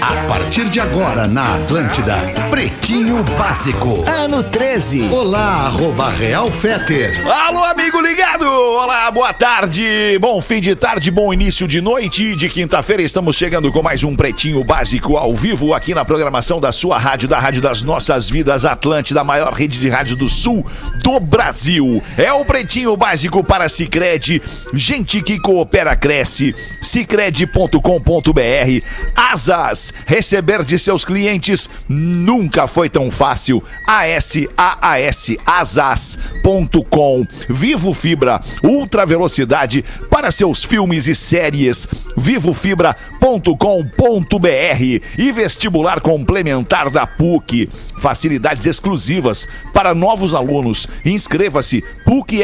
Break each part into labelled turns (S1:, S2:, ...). S1: A partir de agora na Atlântida, Pretinho Básico.
S2: Ano 13.
S1: Olá, arroba Real Feter.
S3: Alô, amigo ligado! Olá, boa tarde, bom fim de tarde, bom início de noite de quinta-feira. Estamos chegando com mais um Pretinho Básico ao vivo aqui na programação da sua rádio, da Rádio das Nossas Vidas Atlântida, a maior rede de rádio do sul do Brasil. É o Pretinho Básico para Cicred, gente que coopera cresce, cicred.com.br. Asas, receber de seus clientes nunca foi tão fácil. ASAAS, asas.com. Vivo Fibra, ultra velocidade para seus filmes e séries. Vivofibra.com.br e vestibular complementar da PUC. Facilidades exclusivas para novos alunos. Inscreva-se pucrs.br.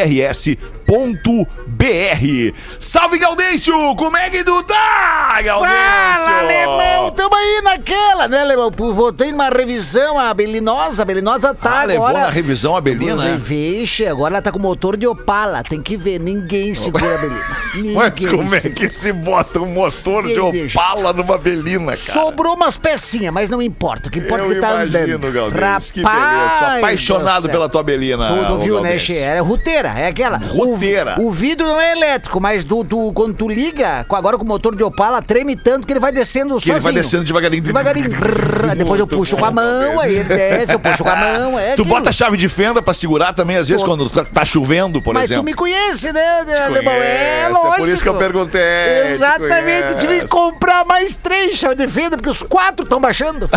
S3: Salve Gaudêncio! Como é que tu tá, Gaudêncio?
S2: Fala, alemão! Tá Tamo aí naquela, né, alemão? Pô, Voltei numa revisão, a Belinosa. A Belinosa tá
S3: Ah, levou na
S2: agora.
S3: revisão a Belina, né?
S2: Vixe, agora ela tá com motor de Opala. Tem que ver, ninguém segura a Belina. Ninguém
S3: Mas como é
S2: segura.
S3: que se bota um motor de
S2: Ninguém deixa.
S3: Opala numa Belina, cara?
S2: Sobrou umas pecinhas, mas não importa. O que importa é
S3: Eu
S2: que tá
S3: imagino,
S2: andando.
S3: Galdês, que beleza. Sou apaixonado
S2: do
S3: pela
S2: céu.
S3: tua Belina.
S2: Tu,
S3: ô
S2: tu viu, né,
S3: Galdês.
S2: Che? É roteira, é aquela. O-
S3: Roteira.
S2: O, vidro não é elétrico, mas tu, tu- quando tu liga, com- agora com o motor de Opala, treme tanto que ele vai descendo
S3: Que
S2: sozinho.
S3: ele vai descendo devagarinho.
S2: Devagarinho. Grrr, Depois eu
S3: Muito
S2: puxo
S3: bom,
S2: com a mão,
S3: Galdês.
S2: aí ele desce, eu puxo com a mão. É
S3: tu
S2: aquilo.
S3: bota a chave de fenda pra segurar também, às vezes,
S2: Tô.
S3: quando tá- tá chovendo, por
S2: Mas
S3: exemplo.
S2: tu me conhece, né, Alemão? É
S3: Conhece,
S2: lógico.
S3: Por isso que eu perguntei. te
S2: Exatamente, eu tive que
S3: conhece.
S2: comprar mais três chaves de fenda, porque os quatro estão baixando.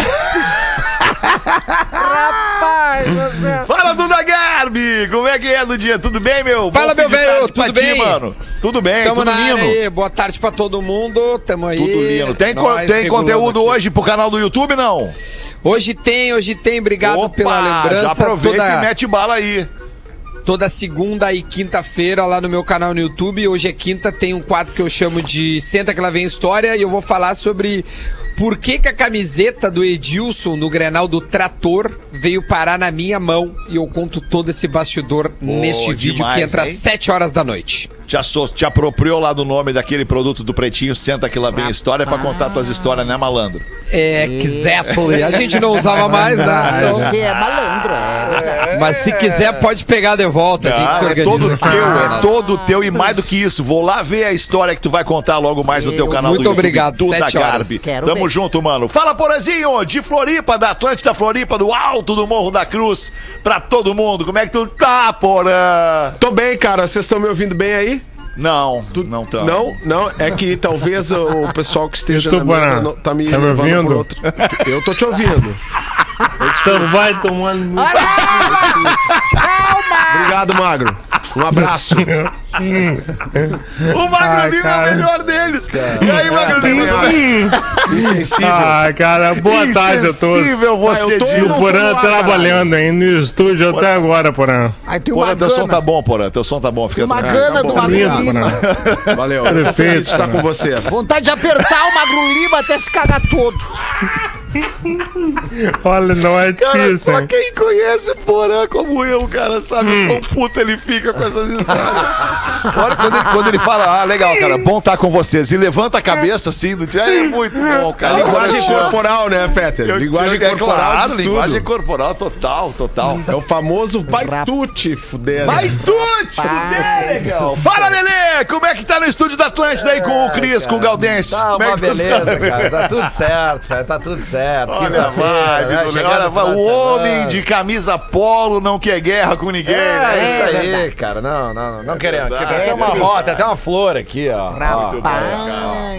S2: Rapaz, você...
S3: Fala, Duda Garbi! Como é que é, Dudinha? Tudo bem, meu?
S4: Fala,
S3: Bom
S4: meu
S3: fim de
S4: velho,
S3: tarde pra
S4: tudo
S3: ti,
S4: bem?
S3: mano? Tudo bem,
S4: Tamo
S3: tudo
S4: na área
S3: lindo.
S4: aí. Boa tarde pra todo mundo. Tamo aí.
S3: Tudo lindo. Tem, co-
S4: Nós
S3: tem
S4: regulando
S3: conteúdo
S4: aqui.
S3: hoje pro canal do YouTube, não?
S4: Hoje tem, hoje tem. Obrigado
S3: Opa,
S4: pela lembrança.
S3: Já aproveita
S4: toda,
S3: e mete bala aí.
S4: toda segunda e quinta-feira lá no meu canal no YouTube. Hoje é quinta, tem um quadro que eu chamo de Senta que lá vem história e eu vou falar sobre por que, que a camiseta do Edilson no Grenal do Trator veio parar na minha mão e eu conto todo esse bastidor neste vídeo
S3: demais,
S4: que entra
S3: hein?
S4: às 7 horas da noite.
S3: Te, asso- te apropriou lá do nome daquele produto do Pretinho, senta que lá vem história pra contar tuas histórias, né, malandro?
S4: É, exactly. A gente não usava mais, né? Então-
S2: você é malandro, é verdade.
S4: Mas se quiser, pode pegar de volta. a gente
S3: É. Ah,
S4: se
S3: é todo
S4: organiza. Ah. aqui no
S3: teu, é
S4: Grenal.
S3: todo teu e mais do que isso. Vou lá ver a história que tu vai contar logo mais no teu
S2: Eu-
S3: canal
S4: Muito
S3: do YouTube,
S4: obrigado,
S3: Duda
S4: sete horas.
S3: Garbi.
S2: Quero
S3: Tamo
S2: ver.
S3: junto, mano. Fala, Porazinho, de Floripa, da Atlântida Floripa, do alto do Morro da Cruz, pra todo mundo. Como é que tu tá, Porã?
S5: Tô bem, cara. Vocês estão me ouvindo bem aí?
S3: Não, não tá.
S5: Não, não. É que talvez o o pessoal que esteja
S6: Eu tô,
S5: na mesa
S6: Bonan.
S5: não, tá me
S6: Tá me
S5: levando
S6: ouvindo?
S5: por outro. Eu tô te ouvindo.
S6: Então vai tomando.
S5: Obrigado, Magro. Um abraço.
S3: O Magro
S6: Ai,
S3: Lima
S6: cara.
S3: é o melhor deles. E aí, Magro Lima? tudo bem?
S5: Insensível.
S6: Ah, cara, boa tarde a todos.
S3: Insensível você,
S5: Ah, eu tô-
S6: E
S3: Dil.
S6: o Porã trabalhando aí no estúdio até agora, Porã.
S2: Aí tem uma
S3: Porã, teu som
S2: gana,
S3: tá bom, Porã. Teu som tá bom, fica
S2: uma
S3: tranquilo.
S2: gana
S5: tá
S2: do
S5: bom,
S2: Magro
S6: Lindo,
S2: Lima.
S6: Porã.
S5: Valeu.
S6: Perfeito,
S5: Tá
S6: cara.
S5: com
S3: é assim.
S5: vocês.
S2: Vontade de apertar o Magro Lima até se cagar todo.
S6: Olha, não é
S3: Cara,
S6: difícil,
S3: só
S6: hein?
S3: quem conhece Porã como eu, cara, sabe
S5: Hum.
S3: o quão puto ele fica com essas histórias. Olha quando ele, quando ele fala, ah, legal, cara, bom estar com vocês. E levanta a cabeça assim, do dia, é muito bom, cara.
S5: Linguagem corporal, né, Peter?
S3: Eu-
S5: linguagem
S3: eu- é
S5: corporal.
S3: claro,
S5: diz tudo.
S3: linguagem corporal total, total. né?
S5: É o famoso vai tu te fuder. né?
S3: Vai tu, te
S2: Rapaz.
S3: fuder, legal. Fala, Lelê! Como é que tá no estúdio da Atlântida aí com o Cris, com o Galdêncio?
S7: Tá
S3: Como é
S7: uma
S3: que tu tá?
S7: beleza, cara. Tá tudo certo, velho. Tá tudo certo.
S3: Olha a
S7: Quinta-feira,
S3: vibe,
S7: né?
S3: do
S7: Chegando
S3: Lelê. Olha, a
S7: final
S3: vibe. o
S7: de semana.
S3: homem de camisa polo não quer guerra com ninguém,
S7: É,
S3: né?
S7: isso aí,
S2: verdade.
S7: cara. Não, não, não, não queremos.
S3: verdade,
S7: Tem até
S3: é
S7: uma
S3: verdade. é
S7: rota, até uma flor aqui, ó.
S2: Rapaz.
S7: Ó.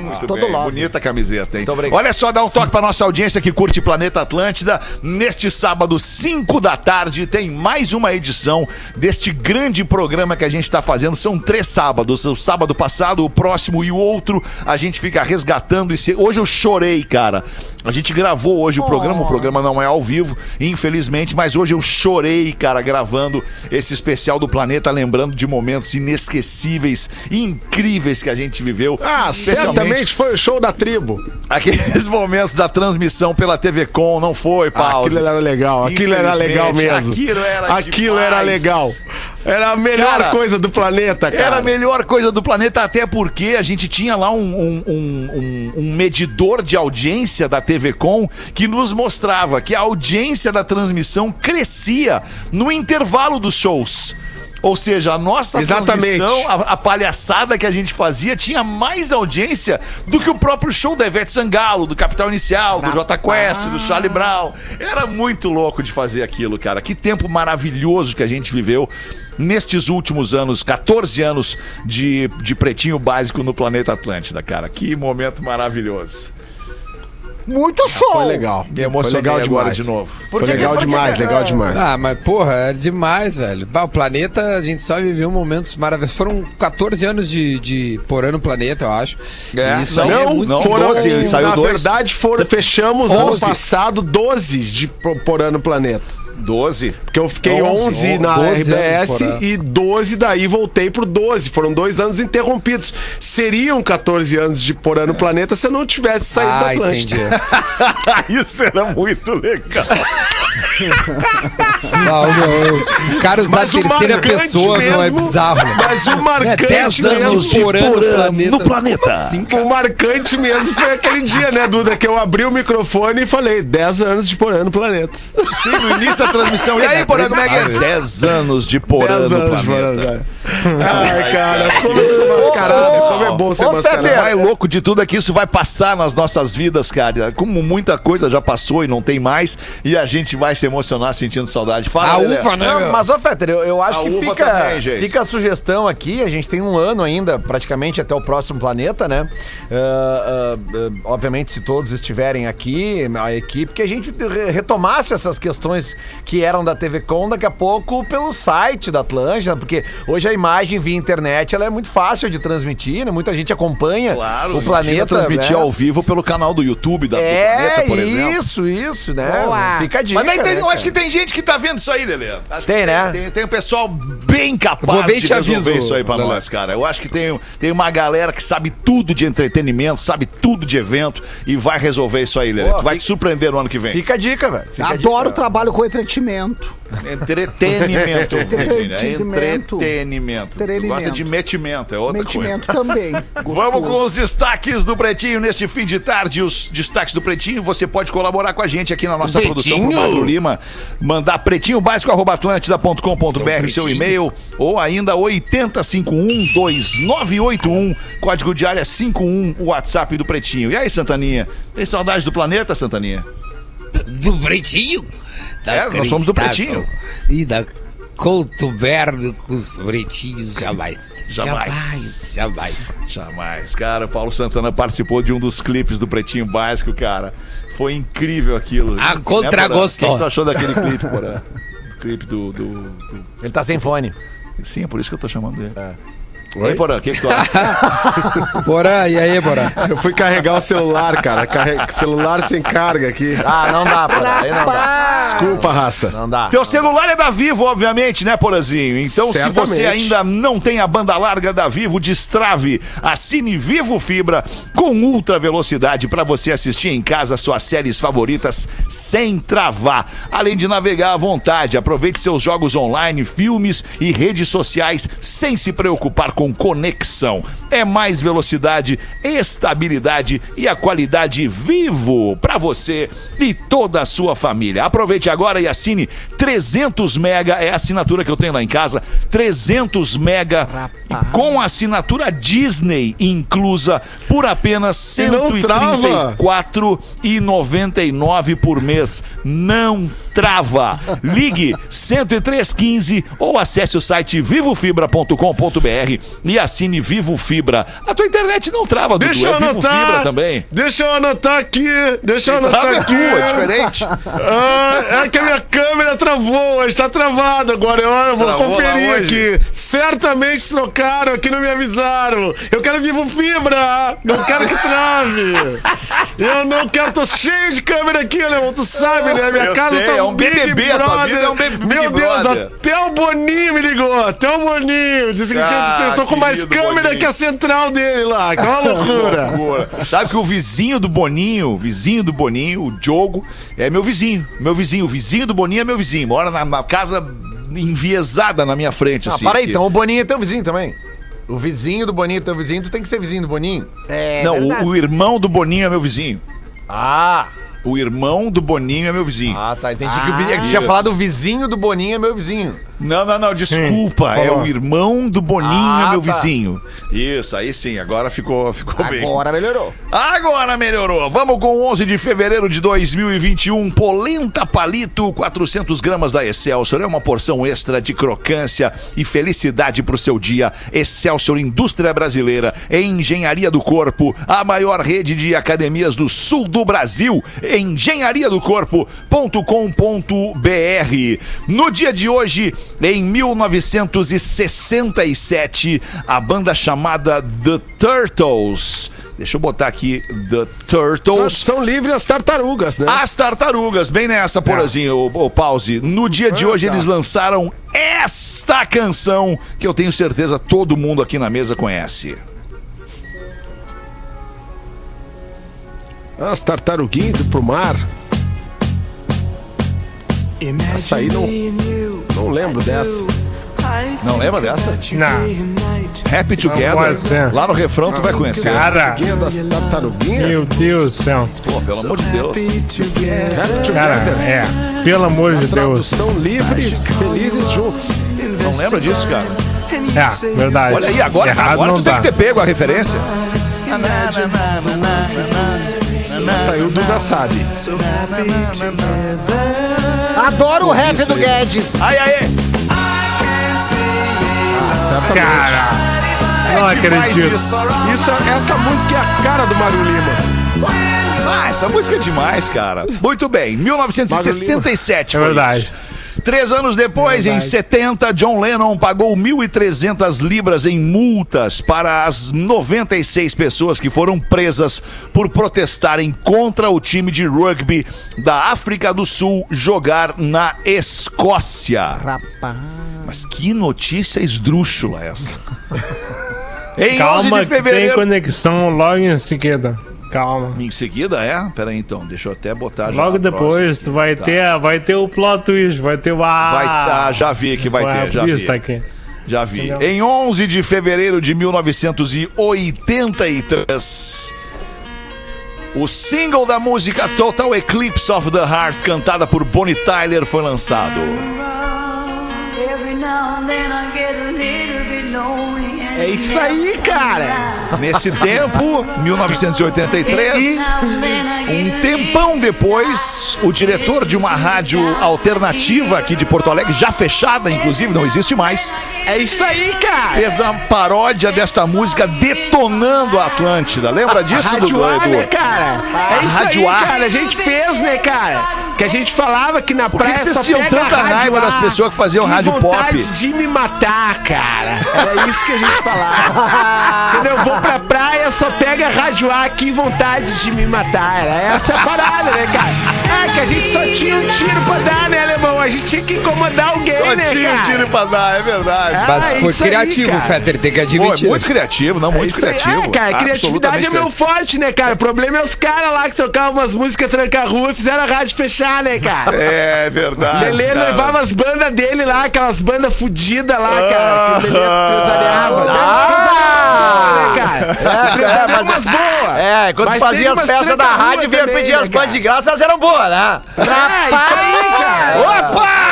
S2: Rapaz, todo love.
S3: Bonita a camiseta, hein?
S7: Muito obrigado.
S3: Olha só, dá um toque pra nossa audiência que curte Planeta Atlântida. Neste sábado, 5 da tarde, tem mais uma edição deste grande programa que a gente tá fazendo. São três sábados. O sábado passado, o próximo e o outro. A gente fica resgatando. E se- Hoje eu chorei, cara. A gente gravou hoje o programa,
S7: Oh.
S3: o programa não é ao vivo, infelizmente, mas hoje eu chorei, cara, gravando esse especial do planeta, lembrando de momentos inesquecíveis, incríveis que a gente viveu.
S5: Ah, certamente foi o show da tribo.
S3: Aqueles momentos da transmissão pela TV Com, não foi,
S5: Ah,
S3: Paulo?
S5: aquilo era legal, aquilo era legal
S3: Infelizmente,
S5: mesmo.
S3: Aquilo era
S5: Aquilo era
S3: demais.
S5: legal. Era a melhor
S3: Cara,
S5: coisa do planeta, cara.
S3: Era a melhor coisa do planeta, até porque a gente tinha lá um, um- um- um- um medidor de audiência da TV Com que nos mostrava que a audiência da transmissão crescia no intervalo dos shows. Ou seja, a nossa
S5: Exatamente.
S3: transmissão, a, a palhaçada que a gente fazia, tinha mais audiência do que o próprio show da Ivete Sangalo, do Capital Inicial, do Jota Quest, do Charlie Brown. Era muito louco de fazer aquilo, cara. Que tempo maravilhoso que a gente viveu nestes últimos anos, 14 anos de, de pretinho básico no planeta Atlântida, cara. Que momento maravilhoso. Ah,
S2: Muito show.
S5: Foi legal.
S3: Me emocionei
S5: legal
S3: agora
S5: demais.
S3: de novo.
S5: Foi legal demais, legal demais.
S4: Ah, mas porra, é demais, velho. Bah, o planeta, a gente só viveu momentos maravilhosos. Foram 14 anos de, de porando o planeta, eu acho.
S3: É,
S4: E isso aí é muito
S3: não,
S5: foram,
S3: 12, ele saiu
S5: na
S3: dois.
S5: verdade, foram, fechamos ano
S3: 11.
S5: passado 12 de pro- por ano planeta.
S3: 12.
S5: Porque eu fiquei 11,
S4: 11,
S5: na
S4: 12 anos
S5: RBS
S4: por ano.
S5: e 12 daí voltei pro 12. Foram dois anos interrompidos. Seriam 14 anos de por ano planeta se eu não tivesse
S3: tá
S5: saído da
S4: Ah,
S5: Atlântida.
S4: entendi.
S3: Isso era muito legal.
S4: Não, meu. Cara, usar a
S5: Mas o
S4: terceira
S5: marcante
S4: pessoa não é
S5: mesmo-
S4: bizarro. né?
S5: Mas o marcante
S4: 10
S5: mesmo-
S4: anos de porando, planeta.
S3: no planeta.
S4: Assim,
S5: O marcante mesmo foi aquele dia, né, Duda? Que eu abri o microfone e falei: 10 anos de por ano planeta.
S3: Sim, no início da transmissão. E aí, Porã, como é que é? 10 anos de Porã
S5: 10
S3: no
S5: anos de por ano,
S3: planeta.
S5: velho. Ai, cara, como eu sou mascarado, como é bom ser
S7: ô,
S5: mascarado.
S7: Fetter.
S3: Mais louco de tudo é que isso vai passar nas nossas vidas, cara. Como muita coisa já passou e não tem mais, e a gente vai se emocionar sentindo saudade. Fala,
S4: a
S3: Lelé.
S4: uva, né,
S7: Não,
S4: meu?
S7: mas, ô, Fetter, eu, eu acho
S3: A
S7: que
S3: uva
S7: fica,
S3: também, gente.
S7: fica a sugestão aqui. A gente tem um ano ainda, praticamente, até o próximo planeta, né? Ah, ah, ah, obviamente, se todos estiverem aqui, a equipe, que a gente re- retomasse essas questões que eram da TV Com daqui a pouco pelo site da Atlântida, porque hoje a imagem via internet ela é muito fácil de transmitir, né? Muita gente acompanha
S3: Claro,
S7: o planeta.
S3: transmitir
S7: né?
S3: ao vivo pelo canal do YouTube da, do
S7: É,
S3: planeta, por exemplo.
S7: isso, isso, né?
S2: Boa.
S7: Fica a dica.
S3: Mas nem tem-
S7: né,
S3: eu acho
S7: cara?
S3: que tem gente que tá vendo isso aí, Lelê. Acho que
S7: Tem, né?
S3: Tem, tem um pessoal bem capaz
S4: Vou ver e
S3: de
S4: te
S3: resolver
S4: aviso,
S3: isso aí pra
S4: Lelê.
S3: nós, cara. Eu acho que tem, tem uma galera que sabe tudo de entretenimento, sabe tudo de evento e vai resolver isso aí, Lelê.
S7: Pô,
S3: tu vai
S7: fica-
S3: te surpreender no ano que vem.
S7: Fica a dica, velho. Fica a dica.
S2: Adoro o trabalho com entretenimento.
S3: Entretenimento. Vini, é
S2: Entretenimento.
S3: Entretenimento. Tu gosta de metimento, é outra coisa.
S5: Tá
S2: Metimento também.
S3: Vamos
S2: Gostoso.
S3: com os destaques do Pretinho neste fim de tarde. Os destaques do Pretinho, você pode colaborar com a gente aqui na nossa produção pro Magro Lima. Mandar pretinhobásico.atlântida.com.br seu e-mail ou ainda 80512981, código de área 51, o WhatsApp do Pretinho. E aí, Santaninha? Tem saudade do planeta, Santaninha?
S8: Do Pretinho?
S3: É, nós somos do Pretinho.
S8: E da Contuberno com os Pretinhos, jamais.
S3: Jamais.
S8: Jamais, jamais.
S3: Jamais, cara. O Paulo Santana participou de um dos clipes do Pretinho Básico, cara. Foi incrível aquilo.
S8: A
S7: Ah,
S3: Né,
S8: contragosto.
S3: Porã? O que que tu achou daquele clipe, Porã? O clipe do, do, do-
S7: Ele tá sem fone. É.
S3: Sim, é por isso que eu tô chamando ele. Oi, Porã, o que, que tu acha?
S4: Porã, e aí, Porã?
S5: Eu fui carregar o celular, cara. Carre- Celular sem carga aqui.
S7: Ah, não dá, pô. Aí não dá.
S5: Desculpa, raça.
S7: Não dá.
S3: Teu celular é da Vivo, obviamente, né, Porazinho? Então,
S5: Certamente.
S3: se você ainda não tem a banda larga da Vivo, destrave. Assine Vivo Fibra com ultra velocidade para você assistir em casa suas séries favoritas sem travar. Além de navegar à vontade, aproveite seus jogos online, filmes e redes sociais sem se preocupar com conexão. É mais velocidade, estabilidade e a qualidade vivo para você e toda a sua família. Aproveite agora e assine 300 mega, é a assinatura que eu tenho lá em casa, 300 mega com a assinatura Disney inclusa por apenas
S5: E não trava.
S3: 134,99 por mês. Não trava. Ligue 10315 ou acesse o site vivofibra.com.br e assine Vivo Fibra. A tua internet não trava, Dudu.
S5: Deixa eu
S3: é Vivo Fibra
S5: anotar.
S3: também.
S5: Deixa eu anotar aqui. Deixa eu
S3: Trava
S5: anotar
S3: é
S5: aqui.
S3: tua, é diferente.
S5: Ah, é que a minha câmera travou, hoje tá travada agora. Eu, eu vou
S3: Travou lá
S5: conferir
S3: hoje.
S5: aqui. Certamente trocaram aqui, não me avisaram. Eu quero vivo fibra, não quero que trave. Eu não quero, tô cheio de câmera aqui, Alemão, tu sabe, né? Minha
S3: Eu
S5: casa
S3: sei,
S5: tá
S3: é um
S5: Big
S3: BBB, a tua
S5: Brother.
S3: vida é um Big
S5: Meu Deus,
S3: Brother.
S5: até o Boninho me ligou, até o Boninho. Disse que
S3: Ah,
S5: eu tô com mais
S3: querido
S5: câmera
S3: Boninho.
S5: que a central dele lá, que é uma loucura.
S3: Boa. Sabe que o vizinho do Boninho, o vizinho do Boninho, o Diogo, é meu vizinho. Meu vizinho, o vizinho do Boninho é meu vizinho. Mora na, na casa enviesada na minha frente,
S7: Ah,
S3: assim.
S7: para aí,
S3: que-
S7: então o Boninho é teu vizinho também. O vizinho do Boninho é teu vizinho, tu tem que ser vizinho do Boninho.
S2: É
S3: Não,
S2: verdade.
S3: o, o irmão do Boninho é meu vizinho.
S7: Ah,
S3: O irmão do Boninho é meu vizinho.
S7: ah tá, entendi que o vizinho, é que tu tinha
S3: Isso.
S7: falado o vizinho do Boninho é meu vizinho.
S3: Não, não, não, desculpa.
S6: Sim,
S3: é
S6: falou.
S3: o irmão do Boninho
S7: Ah,
S3: é meu
S7: tá.
S3: vizinho. Isso, aí sim, agora ficou, ficou bem.
S2: Agora melhorou.
S3: Agora melhorou. Vamos com 11 de fevereiro de 2021. Polenta palito, 400 gramas da Excelsior. É uma porção extra de crocância e felicidade pro seu dia. Excelsior Indústria Brasileira em Engenharia do Corpo, a maior rede de academias do sul do Brasil. Engenharia do Corpo.com.br. No dia de hoje, em 1967, a banda chamada The Turtles Deixa eu botar aqui The Turtles.
S5: São livres as tartarugas, né?
S3: As tartarugas, bem nessa,
S6: É.
S3: porazinho, o, pause. No dia de hoje eles lançaram esta canção que eu tenho certeza todo mundo aqui na mesa conhece.
S7: Ah.
S5: As tartaruguinhas indo pro mar. Essa aí não, não lembro dessa.
S3: Não lembra dessa?
S6: Não. né?
S3: Happy Together.
S6: pode ser.
S3: Lá no refrão tu vai conhecer.
S6: Cara,
S5: Guia das tartaruguinhas.
S6: meu Deus do céu.
S3: Pô, pelo amor de Deus.
S6: Cara, é. Pelo amor de Deus.
S5: Tradução livre, felizes juntos.
S3: Não lembra disso, cara?
S6: É, verdade.
S3: Olha aí, agora,
S6: Errado
S3: agora
S6: não
S3: tu tem
S6: dá.
S3: que ter pego a referência.
S5: Saiu do da Sabe.
S2: Adoro o rap do Guedes.
S3: Aí, aí.
S6: Cara, não
S3: É demais
S6: acredito.
S3: isso.
S5: Isso, essa música é a cara do Mário Lima.
S3: Ah, essa música é demais, cara. Muito bem, 1967
S6: É
S3: foi
S6: verdade.
S3: isso. Três anos depois, em 70, John Lennon pagou 1.300 libras em multas para as 96 pessoas que foram presas por protestarem contra o time de rugby da África do Sul jogar na Escócia.
S2: Rapaz.
S3: Mas que notícia esdrúxula essa. em 11
S6: Calma,
S3: de
S6: que tem
S3: fevereiro...
S6: conexão logo em seguida. Calma.
S3: Em seguida, é? Peraí, então, deixa eu até botar já
S6: Logo
S3: a próxima
S6: depois,
S3: aqui.
S6: tu vai
S3: Tá.
S6: ter, vai ter o plot twist, vai ter o. Ah,
S3: Vai, ah, já vi que vai
S6: Ué,
S3: ter, já
S6: por isso tá
S3: vi.
S6: aqui.
S3: Já vi.
S6: Entendeu?
S3: Em 11 de fevereiro de 1983, o single da música Total Eclipse of the Heart, cantada por Bonnie Tyler, foi lançado.
S9: Every now and then I get a little bit lonely and
S2: É isso aí, cara.
S3: Nesse tempo, 1983,
S9: now and then I get
S3: um tempão depois, o diretor de uma rádio alternativa aqui de Porto Alegre, já fechada, inclusive, não existe mais,
S2: É isso aí, cara.
S3: fez a paródia desta música detonando a Atlântida. Lembra disso,
S5: Rádio
S3: Dudu?
S5: A, né,
S3: Edu?
S5: cara? É isso
S3: Rádio A.
S5: aí, cara. A gente fez, né, cara? Que a gente falava que na
S3: que
S5: praia
S3: vocês
S5: só
S3: tinham
S5: pega
S3: tanta
S5: a Rádio
S3: raiva
S5: A?
S3: das pessoas
S7: é
S3: que
S7: um
S3: faziam rádio pop?
S5: vontade de me matar, cara. Era isso que a gente falava. Entendeu? Eu vou pra praia, só pega a Rádio A. Que vontade de me matar. Era essa a parada, né, cara? É que a gente só tinha um tiro pra dar, né, alemão? A gente tinha que incomodar alguém,
S3: Só
S5: né,
S3: tinha um
S5: cara?
S3: tiro pra dar, é verdade.
S5: Ah,
S4: Mas foi
S5: isso aí,
S4: criativo,
S5: cara.
S4: Fetter, tem que
S3: Pô, é
S4: admitir.
S3: muito criativo, não, muito criativo.
S5: É, cara, criatividade
S3: Absolutamente
S5: é meu forte, né, cara? O problema é os caras lá que tocavam umas músicas tranca-rua e fizeram a rádio fechar, né,
S3: criativo.
S5: cara?
S3: É verdade.
S5: Lelê
S3: cara.
S5: levava as bandas dele lá, aquelas bandas fodidas lá, cara. Que o Lelê
S3: Ah.
S5: empresariava.
S7: Ah.
S5: Né, cara?
S3: É,
S5: Empresariava umas boas.
S7: É, quando
S5: Mas teve
S7: fazia as
S5: umas
S7: festas da
S5: tranca-rua
S7: rádio, vinha
S5: também,
S7: pedir
S5: né,
S7: as coisas
S5: cara?
S7: de graça, elas eram boas, né?
S5: É, isso aí, cara.
S3: Opa!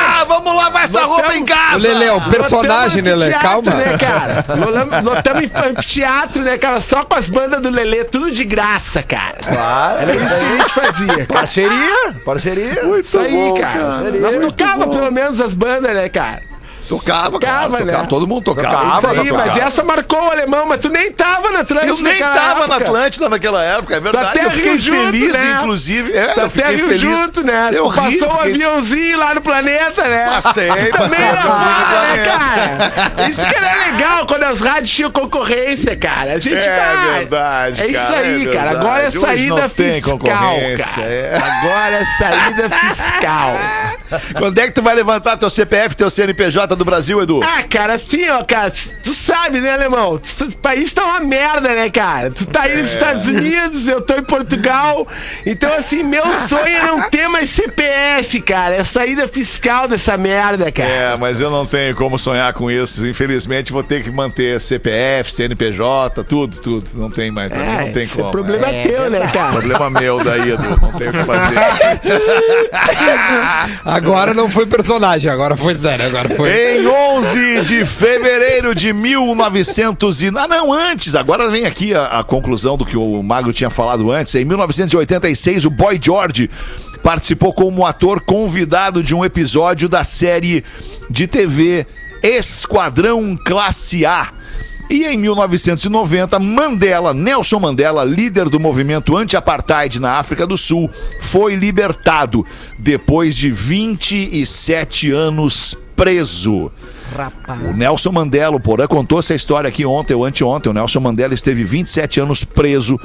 S3: Vamos lavar essa roupa em
S4: O
S3: casa!
S4: Lele é o
S3: um
S4: personagem, né,
S5: Lotamos
S4: Lele?
S5: anfiteatro,
S4: Calma.
S5: Né, cara? Lolam- Lotamos em anfiteatro, né, cara? Só com as bandas do Lelê, tudo de graça, cara.
S7: Claro.
S5: Era isso que a gente fazia, cara.
S7: Parceria, parceria.
S5: Isso aí, cara. Nós tocava pelo menos as bandas, né, cara?
S3: Tocava, cara,
S5: Tocava,
S3: tocava,
S5: né?
S3: todo mundo tocava.
S5: Isso aí,
S3: tocava.
S5: mas essa marcou o alemão, mas tu nem tava na Atlântida.
S3: Eu nem
S5: naquela
S3: tava na
S5: época.
S3: Atlântida naquela época, é verdade.
S5: até
S3: Eu fiquei
S5: riu junto,
S3: feliz,
S5: né?
S3: inclusive. É,
S5: Tu
S3: eu
S5: até
S3: fiquei
S5: viu
S3: feliz.
S5: junto, né?
S3: Eu
S5: Tu passou
S3: ri,
S5: um
S3: fiquei-
S5: aviãozinho lá no planeta, né?
S3: Passei,
S5: Também
S3: passei.
S5: era
S3: um aviãozinho no
S5: foda, né,
S3: planeta.
S5: cara? Isso que era legal quando as rádios tinham concorrência, cara. A gente
S3: É
S5: vai.
S3: verdade,
S5: É isso
S3: cara,
S5: aí,
S3: é
S5: cara. Agora é
S3: verdade. Hoje
S5: saída
S3: não tem
S5: fiscal,
S3: concorrência,
S5: cara.
S3: é.
S5: Agora é saída fiscal.
S3: Quando é que tu vai levantar teu CPF, teu CNPJ do Brasil, Edu?
S5: Ah, cara, assim, ó, cara, tu sabe sabe, né, alemão? Esse país tá uma merda, né, cara? Tu tá aí
S3: É.
S5: nos Estados Unidos, eu tô em Portugal. Então, assim, meu sonho é não ter mais CPF, cara. É saída fiscal dessa merda, cara.
S3: É, mas eu não tenho como sonhar com isso. Infelizmente, vou ter que manter CPF, CNPJ, tudo, tudo. Não tem mais,
S5: É,
S3: não tem
S5: esse
S3: como.
S5: problema
S3: né?
S5: é teu, né, cara?
S3: Problema meu daí, Edu. Não tem o que fazer.
S4: Agora não foi personagem, agora foi sério, agora foi.
S3: Em 11 de fevereiro de 1900 e... Ah, não, antes. Agora vem aqui a, a conclusão do que o Magro tinha falado antes. Em 1986, o Boy George participou como ator convidado de um episódio da série de TV Esquadrão Classe A. E em 1990, Mandela, Nelson Mandela, líder do movimento anti-apartheid na África do Sul, foi libertado depois de 27 anos preso. O Nelson Mandela, o Porã contou essa história aqui ontem ou anteontem. O Nelson Mandela esteve 27 anos preso,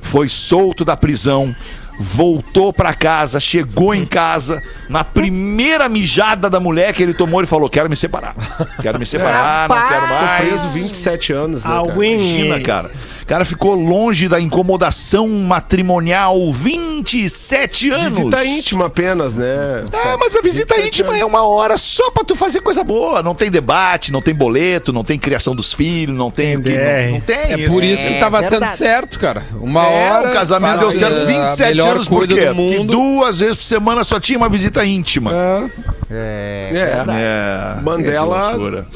S3: foi solto da prisão, voltou pra casa, chegou em casa. Na primeira mijada da mulher que ele tomou, ele falou: Quero me separar. Quero me separar, não quero mais.
S5: Preso 27 anos, né, cara?
S3: Imagina, cara. O cara ficou longe da incomodação matrimonial 27 anos.
S5: Visita íntima tá apenas, né?
S3: É, mas a visita
S4: né?
S3: íntima é uma hora só pra tu fazer coisa boa. Não tem debate, não tem boleto, não tem criação dos filhos, não tem.
S6: Tem
S3: o que-
S6: DR.
S3: não, não tem
S4: É por isso que tava sendo
S2: verdade.
S4: certo, cara. Uma
S3: É,
S4: hora.
S3: o casamento deu
S4: faz,
S3: certo
S4: é,
S3: 27
S4: melhor
S3: anos por
S4: coisa
S3: quê?
S4: do
S3: Porque
S4: mundo.
S3: duas vezes por semana só tinha uma visita íntima.
S5: É.
S3: É.
S5: Mandela-
S3: Que loucura.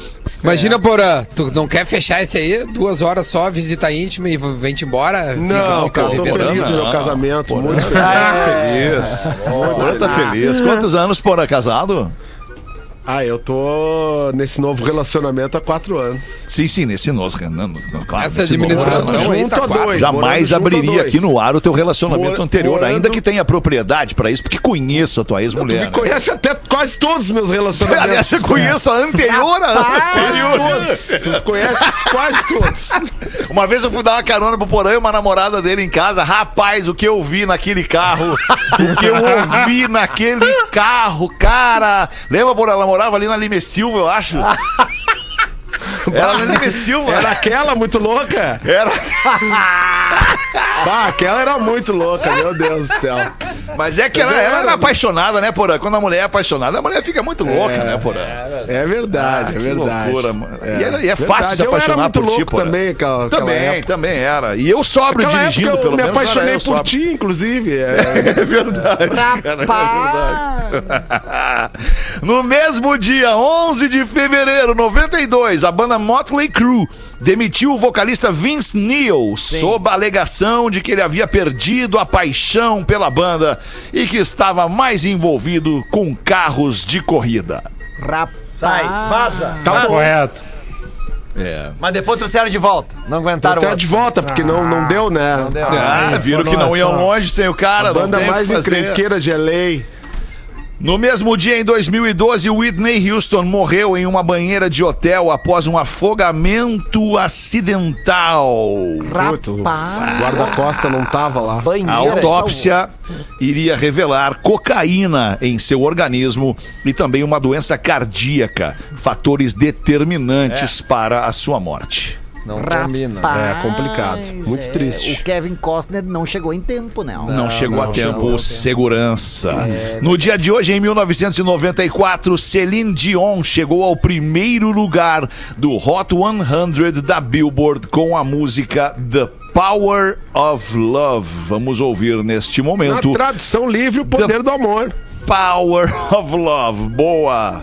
S4: Imagina, Porã, tu não quer fechar esse aí? Duas horas só, visita íntima e v- vem-te embora?
S5: Não,
S4: fica,
S5: cara, eu tô
S4: vivendo
S5: feliz
S4: isso.
S5: no meu
S3: Não.
S5: casamento. muito feliz.
S4: Ah,
S3: Tá Feliz.
S4: é.
S3: Porã tá feliz. Quantos anos Porã casado?
S5: Ah, eu tô nesse novo relacionamento há quatro anos.
S3: Sim, sim, nesse nosso, Renan. no- no- Claro,
S4: Essa
S3: nesse nosso.
S4: administração
S5: Morando
S4: aí tá
S5: junto a
S4: quatro.
S5: dois,
S3: Jamais
S5: morando junto a
S3: abriria
S5: dois.
S3: aqui no ar o teu relacionamento
S5: Mor-
S3: anterior,
S5: morando-
S3: ainda que tenha propriedade pra isso, porque conheço a tua
S5: Tu
S3: ex-mulher.
S5: me né?
S3: né?
S5: conhece até quase todos os meus
S3: Aliás,
S5: relacionamentos.
S3: eu conheço a anterior, a anterior.
S5: Todos. Tu conhece quase todos.
S3: Uma vez eu fui dar uma carona pro Porã e uma namorada dele em casa. Rapaz, o que eu vi naquele carro, o que eu ouvi naquele carro, cara. Lembra, Porã? Ela morava ali na Lime Silva, eu acho. Era na Lime Silva.
S5: Era aquela muito louca?
S3: Era.
S5: Ah, aquela era muito louca, meu Deus do céu.
S3: Mas é que ela, ela era apaixonada, né, Porã? Quando a mulher é apaixonada, a mulher fica muito louca,
S5: É.
S3: né, Porã?
S5: É verdade, é
S3: Ah, que
S5: verdade.
S3: loucura, mano. E era- e é
S5: Verdade.
S3: fácil se
S5: Eu
S3: apaixonar
S5: era muito
S3: por ti,
S5: louco
S3: Porã.
S5: também, aquela, aquela
S3: Também,
S5: época.
S3: também era. E eu sobro
S5: Aquela época
S3: dirigindo,
S5: eu
S3: pelo
S5: me
S3: menos. era
S5: apaixonei
S3: eu
S5: por
S3: sobro.
S5: ti, inclusive. É.
S3: É verdade. cara, é verdade. No mesmo dia, 11 de fevereiro, 92, a banda Motley Crue demitiu o vocalista Vince Neil sob a alegação de que ele havia perdido a paixão pela banda e que estava mais envolvido com carros de corrida.
S7: Sai, vaza.
S6: Tá
S7: vaza.
S6: correto.
S3: É.
S7: Mas depois trouxeram de volta. Não
S3: Tá
S7: aguentaram.
S5: Você é
S7: o
S5: de volta, porque não, não deu, né?
S7: outro. Não deu.
S3: Ah, viram que não iam longe sem o cara, não
S5: Banda
S3: tem o que
S5: mais
S3: fazer.
S5: encrenqueira de LA.
S3: No mesmo dia, em 2012, Whitney Houston morreu em uma banheira de hotel após um afogamento acidental.
S2: Rapaz.
S5: Guarda-costa não tava lá.
S7: Banheira,
S3: A autópsia iria revelar cocaína em seu organismo e também uma doença cardíaca, fatores determinantes para a sua morte.
S7: Não
S2: Rapaz.
S7: termina.
S5: É complicado. Muito
S2: É,
S5: triste.
S2: O Kevin Costner não chegou em tempo, né?
S3: Não, chegou a tempo, É, segurança. No dia de hoje, em 1994, Celine Dion chegou ao primeiro lugar do Hot 100 da Billboard com a música The Power of Love. Vamos ouvir neste
S5: Na
S3: momento.
S5: tradução livre, o poder do amor.
S3: Power of Love. Boa.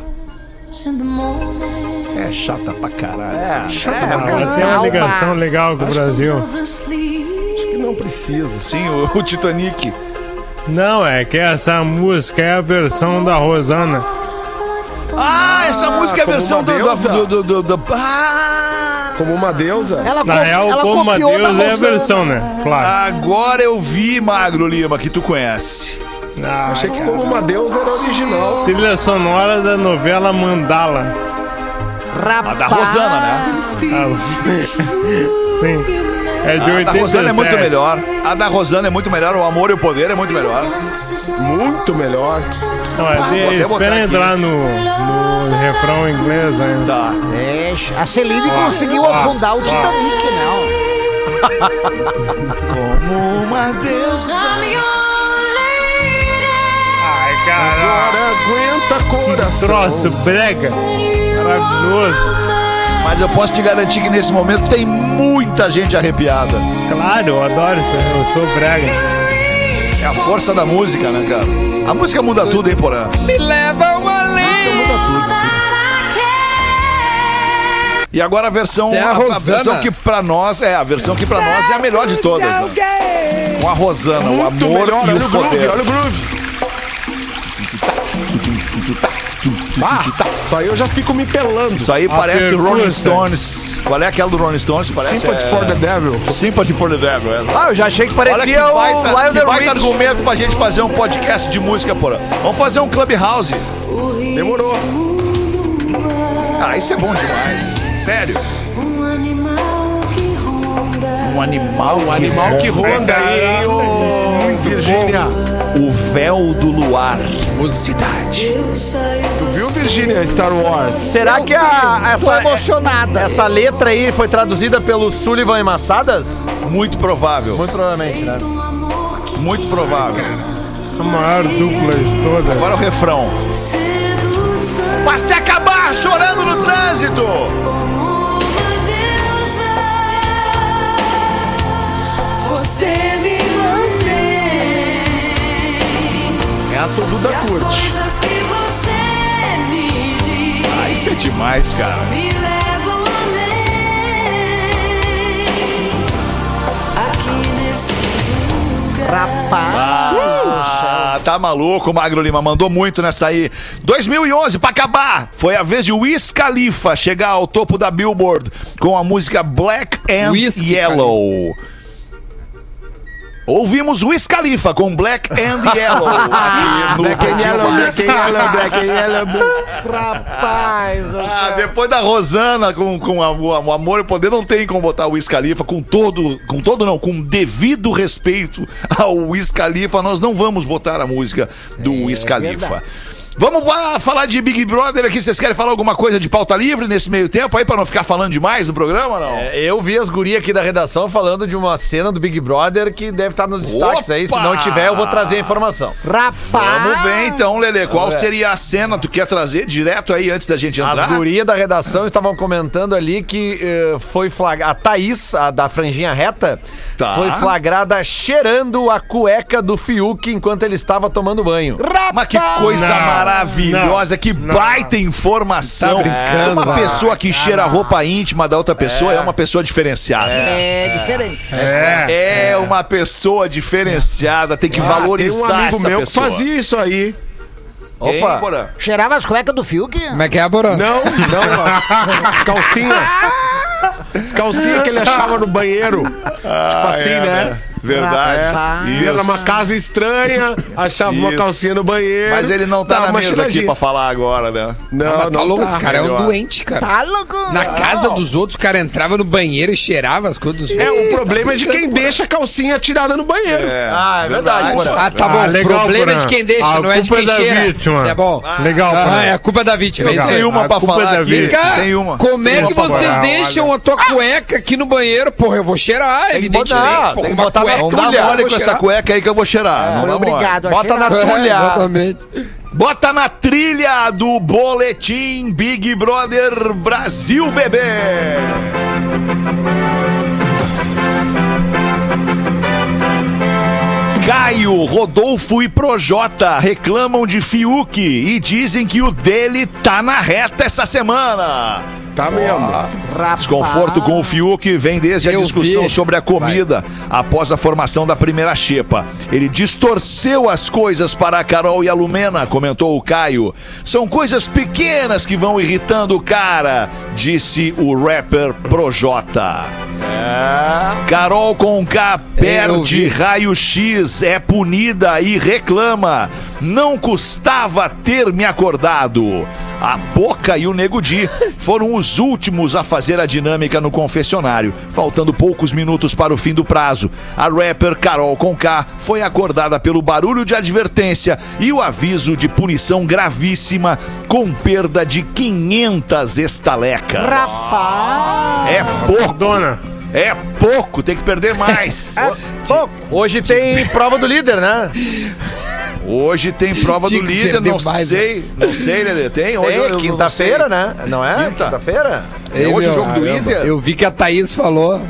S9: In the morning,
S3: É chata pra caralho. essa bicha.
S6: Ela tem uma ligação legal com o Brasil.
S9: never sleep.
S5: Não precisa.
S3: Sim, o, o Titanic.
S6: Não, é que essa música é a versão da Rosana.
S3: Ah, essa música é a
S5: como
S3: versão
S5: uma
S3: do,
S5: deusa.
S3: do, do, do, do- Ah!
S5: Como uma deusa.
S2: Ela,
S6: Na
S2: co-
S6: real,
S2: ela
S6: como a
S2: copiou da
S6: Deus é a
S2: Rosana.
S6: versão, né?
S3: Ah.
S6: Claro.
S3: Agora eu vi, Magro Lima, que tu conhece.
S6: Ah,
S5: Achei que como uma deusa era original.
S6: trilha sonora da novela Mandala.
S3: A da Rosana, né?
S6: Ah, Sim. É de
S3: A da Rosana é muito
S6: 87.
S3: melhor. A da Rosana é muito melhor. O Amor e o Poder é muito melhor.
S5: Muito melhor.
S6: Ó, é de-
S3: Vou até botar
S6: Espera
S3: aqui.
S6: entrar no, no refrão inglês ainda.
S3: Tá.
S2: É, a Celine conseguiu afundar o Titanic, né? não.
S6: Ai, caralho.
S5: Aguenta coração.
S6: Troço, brega. Maravilhoso.
S3: Mas eu posso te garantir que nesse momento tem muita gente arrepiada.
S6: Claro, eu adoro isso. Eu sou brega.
S3: É a força da música, né, cara? A música muda tudo, hein, Porã?
S4: Me leva uma lei.
S3: E agora a versão,
S4: Isso é a Rosana.
S3: versão que pra nós é a versão que pra nós é a melhor de todas, né? Com a Rosana, o
S5: Muito
S3: amor
S5: melhor.
S3: e
S5: Olha
S3: o
S5: o groove,
S3: poder.
S5: olha o groove. Ah, só aí eu já fico me pelando.
S3: Isso aí
S6: A
S3: parece
S6: percussa.
S3: Rolling Stones. Qual é aquela do Rolling Stones? Parece
S5: Sympathy
S3: é...
S5: for the Devil.
S3: Sympathy for the Devil. é.
S7: Ah, eu já achei que
S3: Olha que
S7: parecia o
S3: baita, que
S7: Lionel
S3: baita
S7: Richie.
S3: argumento pra gente fazer um podcast de música, porra. Vamos fazer um clubhouse.
S5: Demorou.
S3: Ah, isso é bom demais. Sério. Um animal, um
S5: Animal que ronda aí, ô Virgínia.
S3: O véu do luar.
S5: Viu, Virgínia, Star Wars?
S7: Será que a,
S2: Tô
S7: essa,
S2: emocionada.
S7: essa letra aí foi traduzida pelo Sullivan e Massadas?
S3: Muito provável,
S7: Muito provavelmente, né?
S3: muito provável.
S6: A maior dupla de todas.
S3: Agora o refrão. Pra se acabar chorando no trânsito.
S9: Você me mantém
S5: Essa o Duda
S9: as
S5: curte.
S9: coisas que você me diz.
S3: Ah, isso é demais, cara.
S9: Me levam além aqui nesse
S2: Rapaz.
S3: Ah, tá maluco, Magro Lima. Mandou muito nessa aí. 2011, pra acabar, foi a vez de Wiz Khalifa chegar ao topo da Billboard com a música Black and
S4: Wiz
S3: Yellow. Ouvimos Wiz Khalifa com Black and Yellow. aqui no Pretinho Básico.
S5: yellow, black and
S3: é
S5: yellow, black.
S2: Rapaz. do
S3: Ah,
S7: É.
S2: céu.
S3: depois da Rosana com, com a- o, o Amor e o Poder, não tem como botar o Wiz Khalifa com todo, com todo não, com devido respeito ao Wiz Khalifa, nós não vamos botar a música do
S7: É
S3: Wiz Khalifa. Vamos lá falar de Big Brother aqui, vocês querem falar alguma coisa de pauta livre nesse meio tempo aí, pra não ficar falando demais no programa, não?
S7: É, Eu vi as gurias aqui da redação falando de uma cena do Big Brother que deve estar nos destaques aí. Se
S3: Opa!
S7: não tiver, eu vou trazer a informação.
S2: Rapaz.
S3: Vamos ver então, Lelê, qual
S7: ver.
S3: seria a cena tu quer trazer direto aí antes da gente
S7: As
S3: entrar?
S7: gurias da redação estavam comentando ali que eh, foi flagrada. A Thaís, a da franjinha reta,
S3: Tá.
S7: foi flagrada cheirando a cueca do Fiuk enquanto ele estava tomando banho.
S3: Mas que coisa
S6: Não,
S3: maravilhosa, que baita informação.
S4: Tá brincando,
S3: uma
S4: vai.
S3: pessoa que cheira a roupa íntima da outra pessoa é, uma pessoa diferenciada. É.
S2: É diferente.
S6: É.
S3: uma pessoa diferenciada, tem que
S5: Tem
S3: valorizar
S5: um amigo
S3: essa
S5: meu
S3: pessoa.
S5: que fazia isso aí.
S3: Quem,
S7: Opa.
S3: Porã?
S2: Cheirava as cuecas do Fiuk?
S4: Como é que é, Borão?
S5: Não, não. As calcinhas. As calcinhas que ele achava no banheiro. tipo assim,
S3: é,
S5: né?
S3: né? Verdade.
S2: Rapaz.
S5: Ia numa
S3: Isso.
S5: casa estranha, achava uma
S3: Isso.
S5: calcinha no banheiro.
S3: Mas ele não tá
S5: dava
S3: na
S5: uma
S3: mesa aqui
S5: cheiradinha.
S3: pra falar agora, né?
S5: Não,
S4: Mas tá louco, esse cara é um
S5: melhor.
S4: doente, cara.
S2: Tá louco?
S4: Na casa dos outros, o cara entrava no banheiro e cheirava as coisas dos
S5: É,
S4: outros. Tá
S5: o problema é de quem deixa a calcinha tirada no banheiro.
S7: Ah, é verdade, Porã.
S4: Ah, tá
S6: Ah,
S4: bom. O
S6: legal,
S4: problema é
S6: Porã.
S4: de quem deixa,
S6: A
S4: não é de
S6: culpa
S4: quem
S6: é da
S4: cheira.
S6: vítima.
S4: É bom.
S6: Legal,
S4: Ah,
S6: Porã.
S4: é a culpa da vítima. é isso
S6: Legal.
S4: aí.
S3: Tem uma
S6: A
S3: pra
S6: culpa é
S3: falar
S6: da
S3: aqui.
S6: vida.
S4: Cara,
S3: Tem uma.
S4: como é
S3: Tem
S4: que
S3: uma pra
S4: vocês
S3: falar.
S4: deixam a tua cueca aqui no banheiro? Porra, eu vou cheirar,
S7: que
S4: evidentemente.
S7: botar,
S4: Porra,
S7: tem que
S4: uma
S7: botar na
S4: cueca,
S3: Não
S7: Olha,
S3: dá
S4: eu
S3: mole
S4: vou
S3: com essa
S4: cheirar. É,
S3: cueca aí que eu vou cheirar.
S2: É.
S3: não
S2: Foi
S3: dá mole.
S2: obrigado. a
S7: Bota na
S2: cheirar.
S7: tulha.
S4: Exatamente.
S3: Bota na trilha do Boletim Big Brother Brasil, bebê! Caio, Rodolfo e Projota reclamam de Fiuk e dizem que o dele tá na reta essa semana.
S5: Tá mesmo.
S2: Rapaz.
S3: Desconforto com o Fiuk vem desde a
S4: Eu
S3: discussão
S4: vi.
S3: sobre a comida após a formação da primeira xepa. Ele distorceu as coisas para a Carol e a Lumena, comentou o Caio. São coisas pequenas que vão irritando o cara, disse o rapper Projota. Carol com K perde
S4: vi.
S3: raio-x, é punida e reclama. Não custava ter me acordado. A Poca e o Nego Di foram os últimos a fazer a dinâmica no confessionário, faltando poucos minutos para o fim do prazo. A rapper Carol Conká foi acordada pelo barulho de advertência e o aviso de punição gravíssima com perda de 500 estalecas. É pouco,
S6: Dona,
S3: é pouco, tem que perder mais.
S5: É.
S7: Bom, hoje tem prova do líder, né?
S3: Hoje tem prova do
S4: Tinha que
S3: líder,
S4: perder
S3: não
S4: mais,
S3: sei, não sei, Lelê, né? tem? Hoje eu- eu
S7: Tem,
S3: não
S7: quinta-feira, né? Não é?
S3: Quinta.
S7: Quinta-feira?
S5: É
S3: sei. Hoje
S4: Ei,
S3: o
S4: meu,
S3: jogo do
S4: caramba.
S3: líder?
S4: Eu vi que a Thaís falou.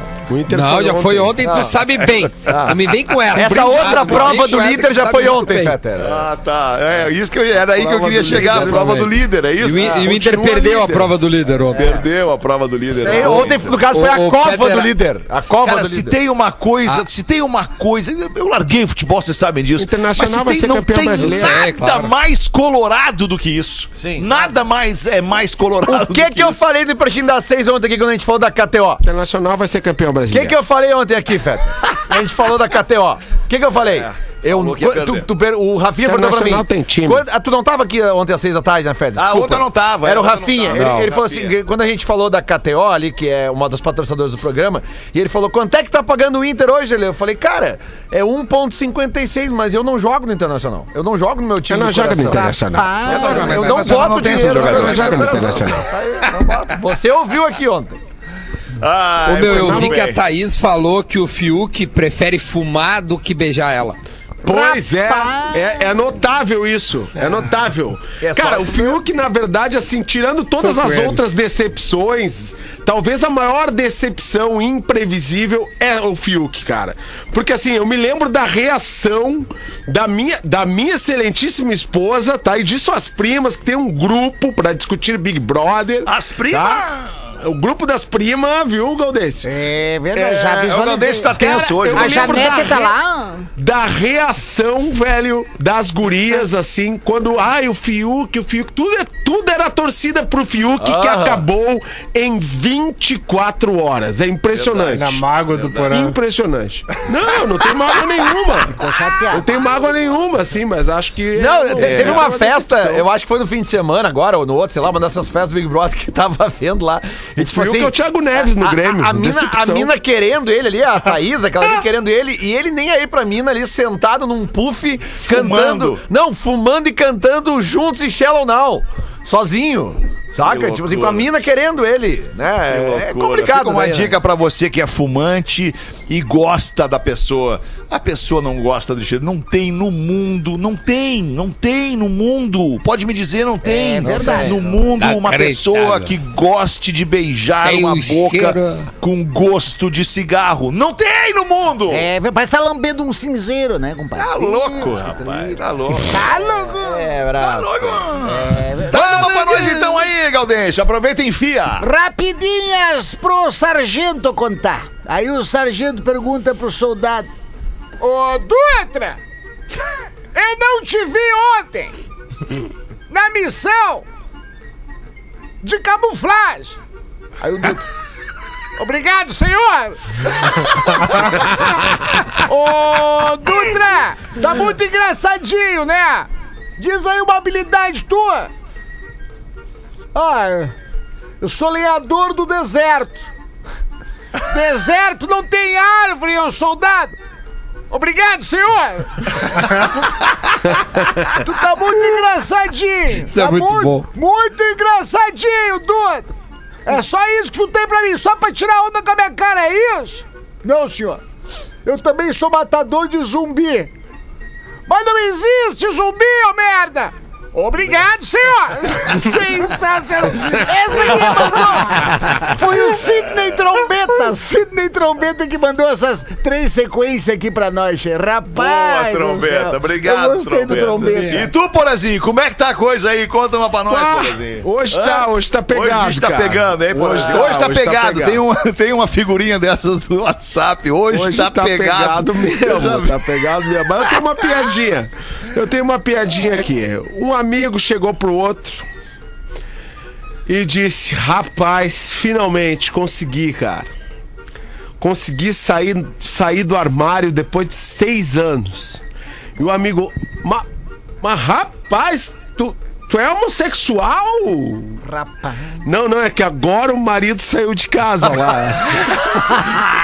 S4: não, já foi ontem, tu sabe bem. Não me vem com essa.
S7: Essa
S4: Obrigado,
S7: outra
S4: me
S7: prova
S4: vem
S7: do
S4: com essa
S7: líder
S4: que
S7: já
S4: sabe
S7: foi
S4: muito
S7: ontem,
S4: bem.
S7: Fetter.
S3: Ah, tá. É, isso que eu, era aí que eu queria chegar, a prova do líder, é
S4: E
S3: isso?
S4: o, In-
S3: Ah,
S4: e o Inter
S3: continua
S4: perdeu a
S3: líder. É,
S4: prova do líder ontem.
S3: Perdeu a prova do líder.
S7: Tem-
S3: né?
S7: Ontem, no caso, foi
S4: O- Ah,
S7: a
S4: o
S7: cova
S4: Fetter-
S7: do líder. A cova
S3: Cara,
S7: do
S3: se
S7: líder.
S3: tem uma coisa, se tem uma coisa, eu larguei o futebol, vocês sabem disso.
S5: Internacional
S3: mas se
S5: vai ser
S3: tem,
S5: campeão
S3: não tem
S5: brasileiro.
S3: nada
S4: É, claro.
S3: mais colorado do que isso.
S7: Sim.
S3: Nada mais é mais colorado.
S7: O que
S3: do
S7: que eu
S3: isso.
S7: falei do Pretinho das Seis ontem aqui quando a gente falou da KTO?
S5: Internacional vai ser campeão
S7: O que,
S5: brasileiro.
S7: que eu falei ontem aqui, Feta? A gente falou da KTO. O que, que eu falei? Eu,
S3: É. falou que ia
S7: tu-
S3: perder.
S7: tu per- o Rafinha perguntou pra mim.
S5: Internacional tem time.
S7: Quando- ah, tu não tava aqui ontem às seis da tarde, né, Feta?
S3: Ah, ontem eu não tava,
S7: Era o
S3: ontem eu não
S7: Rafinha.
S3: tava.
S7: Ele,
S3: Não,
S7: ele falou assim:
S3: Rafinha.
S7: que- quando a gente falou da KTO ali, que é uma dos patrocinadores do programa, e ele falou: quanto é que tá pagando o Inter hoje? Ele- Eu falei, cara, é 1,56, mas eu não jogo no Internacional. Eu não jogo no meu time.
S5: Eu não
S7: do
S5: jogo no
S7: coração.
S5: Internacional.
S7: Ah, eu
S3: Mas
S7: não
S3: ela não
S7: boto
S3: tem esses
S7: dinheiro.
S3: jogadores.
S5: Não joga no Internacional.
S7: Não boto. Você ouviu aqui ontem.
S3: Ah,
S4: Ô, é, meu, eu
S3: muito
S4: vi que a
S3: bem.
S4: Thaís falou que o Fiuk prefere fumar do que beijar ela.
S5: Pois é, é, é notável isso. É notável.
S7: É só-
S5: Cara, o Fiuk, na verdade, assim, tirando todas as outras decepções, talvez a maior decepção imprevisível é o Fiuk, cara. Porque assim, eu me lembro da reação da minha, da minha excelentíssima esposa, tá? E de suas primas, que tem um grupo pra discutir Big Brother.
S3: As primas!
S5: Tá? O grupo das primas, viu, Galdense?
S2: É verdade, já
S3: É, o Galdês
S2: visualizei.
S3: tá tenso hoje.
S5: eu
S2: A
S7: né?
S3: Galdês.
S5: lembro da
S2: Janete tá
S5: re-
S2: lá.
S5: da reação, velho, das gurias,
S2: Uhum.
S5: assim, quando, ai, o Fiuk, o Fiuk, tudo, é- tudo era torcida pro Fiuk, que acabou em 24 horas. É impressionante.
S6: na mágoa do
S7: né?
S6: porão.
S5: Impressionante. Não, não tem mágoa nenhuma.
S2: chateado.
S5: Não tem mágoa nenhuma, assim, mas acho que. é,
S7: Não, te- teve uma festa,
S5: decepção.
S7: eu acho que foi no fim de semana agora, ou no outro, sei lá, uma dessas festas do Big Brother que tava vendo lá. E tipo
S5: Fiuk
S7: assim.
S5: é o Thiago Neves no
S7: a-
S5: Grêmio.
S7: A, a, mina, a
S5: decepção.
S7: mina querendo ele ali, a Thaís, aquela ali querendo ele, e ele nem aí pra mina ali, sentado num puff, cantando. Não, fumando e cantando juntos e Shallow Now. Sozinho. Saca?
S3: Que
S7: Tipo assim,
S3: loucura.
S7: com a mina querendo ele. Né? É complicado,
S3: Fica uma
S7: daí, né?
S3: dica pra você que é fumante e gosta da pessoa. A pessoa não gosta do cheiro. Não tem no mundo. Não tem. Não tem no mundo. Pode me dizer, não tem.
S2: É verdade.
S3: No mundo, uma
S8: Inacreditável.
S3: pessoa que goste de beijar
S8: Tem
S3: uma
S8: o
S3: boca
S8: cheiro.
S3: com gosto de cigarro. Não tem no mundo!
S2: É, parece que tá lambendo um cinzeiro, né, compadre?
S3: Tá louco, rapaz. Tá louco.
S2: Tá louco.
S7: É, bravo.
S3: Tá louco! Manda uma pra nós então aí, Galdêncio. Aproveita e enfia.
S2: Rapidinhas pro sargento contar. Aí o sargento pergunta pro soldado.
S10: Ô, Dutra! Eu não te vi ontem! Na missão de camuflagem! Aí o Dutra. Obrigado, senhor! Ô, Dutra! Tá muito engraçadinho, né? Diz aí uma habilidade tua! Ah, eu sou lenhador do deserto! Deserto não tem árvore, ô soldado! Obrigado, senhor! tu tá muito engraçadinho!
S4: Isso é
S10: Tá
S4: muito bom.
S10: Muito engraçadinho, Duda! É só isso que tu tem pra mim, só pra tirar onda com a minha cara, é isso? Não, senhor. Eu também sou matador de zumbi. Mas não existe zumbi, ô merda! Obrigado, senhor!
S2: Sensacional! Essa aí
S10: é
S2: mandou! Foi o Sidney Trombeta! Sidney Trombeta que mandou essas três sequências aqui pra nós, che. rapaz!
S3: Boa,
S2: do céu.
S3: trombeta. Obrigado,
S2: Eu gostei do trombeta.
S3: E tu, Porazinho, como é que tá a coisa aí? Conta uma pra nós,
S5: Ah,
S3: Porazinho.
S5: hoje tá- hoje tá
S3: Hoje
S5: pegado,
S3: o bicho tá
S5: cara.
S3: pegando, hein, Porazinho? Hoje,
S5: Hoje tá,
S3: tá,
S5: hoje tá
S3: pegado.
S5: pegado.
S3: Tem, uma, tem uma figurinha dessas do WhatsApp. Hoje,
S5: Hoje
S3: tá,
S5: tá,
S3: pegado.
S5: pegado,
S3: Eu já
S5: mesmo.
S3: vi.
S5: Tá pegado mesmo. Mas eu tenho uma piadinha. Eu tenho uma piadinha aqui. Um amigo chegou pro outro e disse: Rapaz, finalmente consegui, cara. Consegui sair, sair do armário depois de seis anos. E o amigo, mas rapaz, tu, Tu é homossexual?
S2: Rapaz.
S5: Não, não, é que agora o marido saiu de casa lá.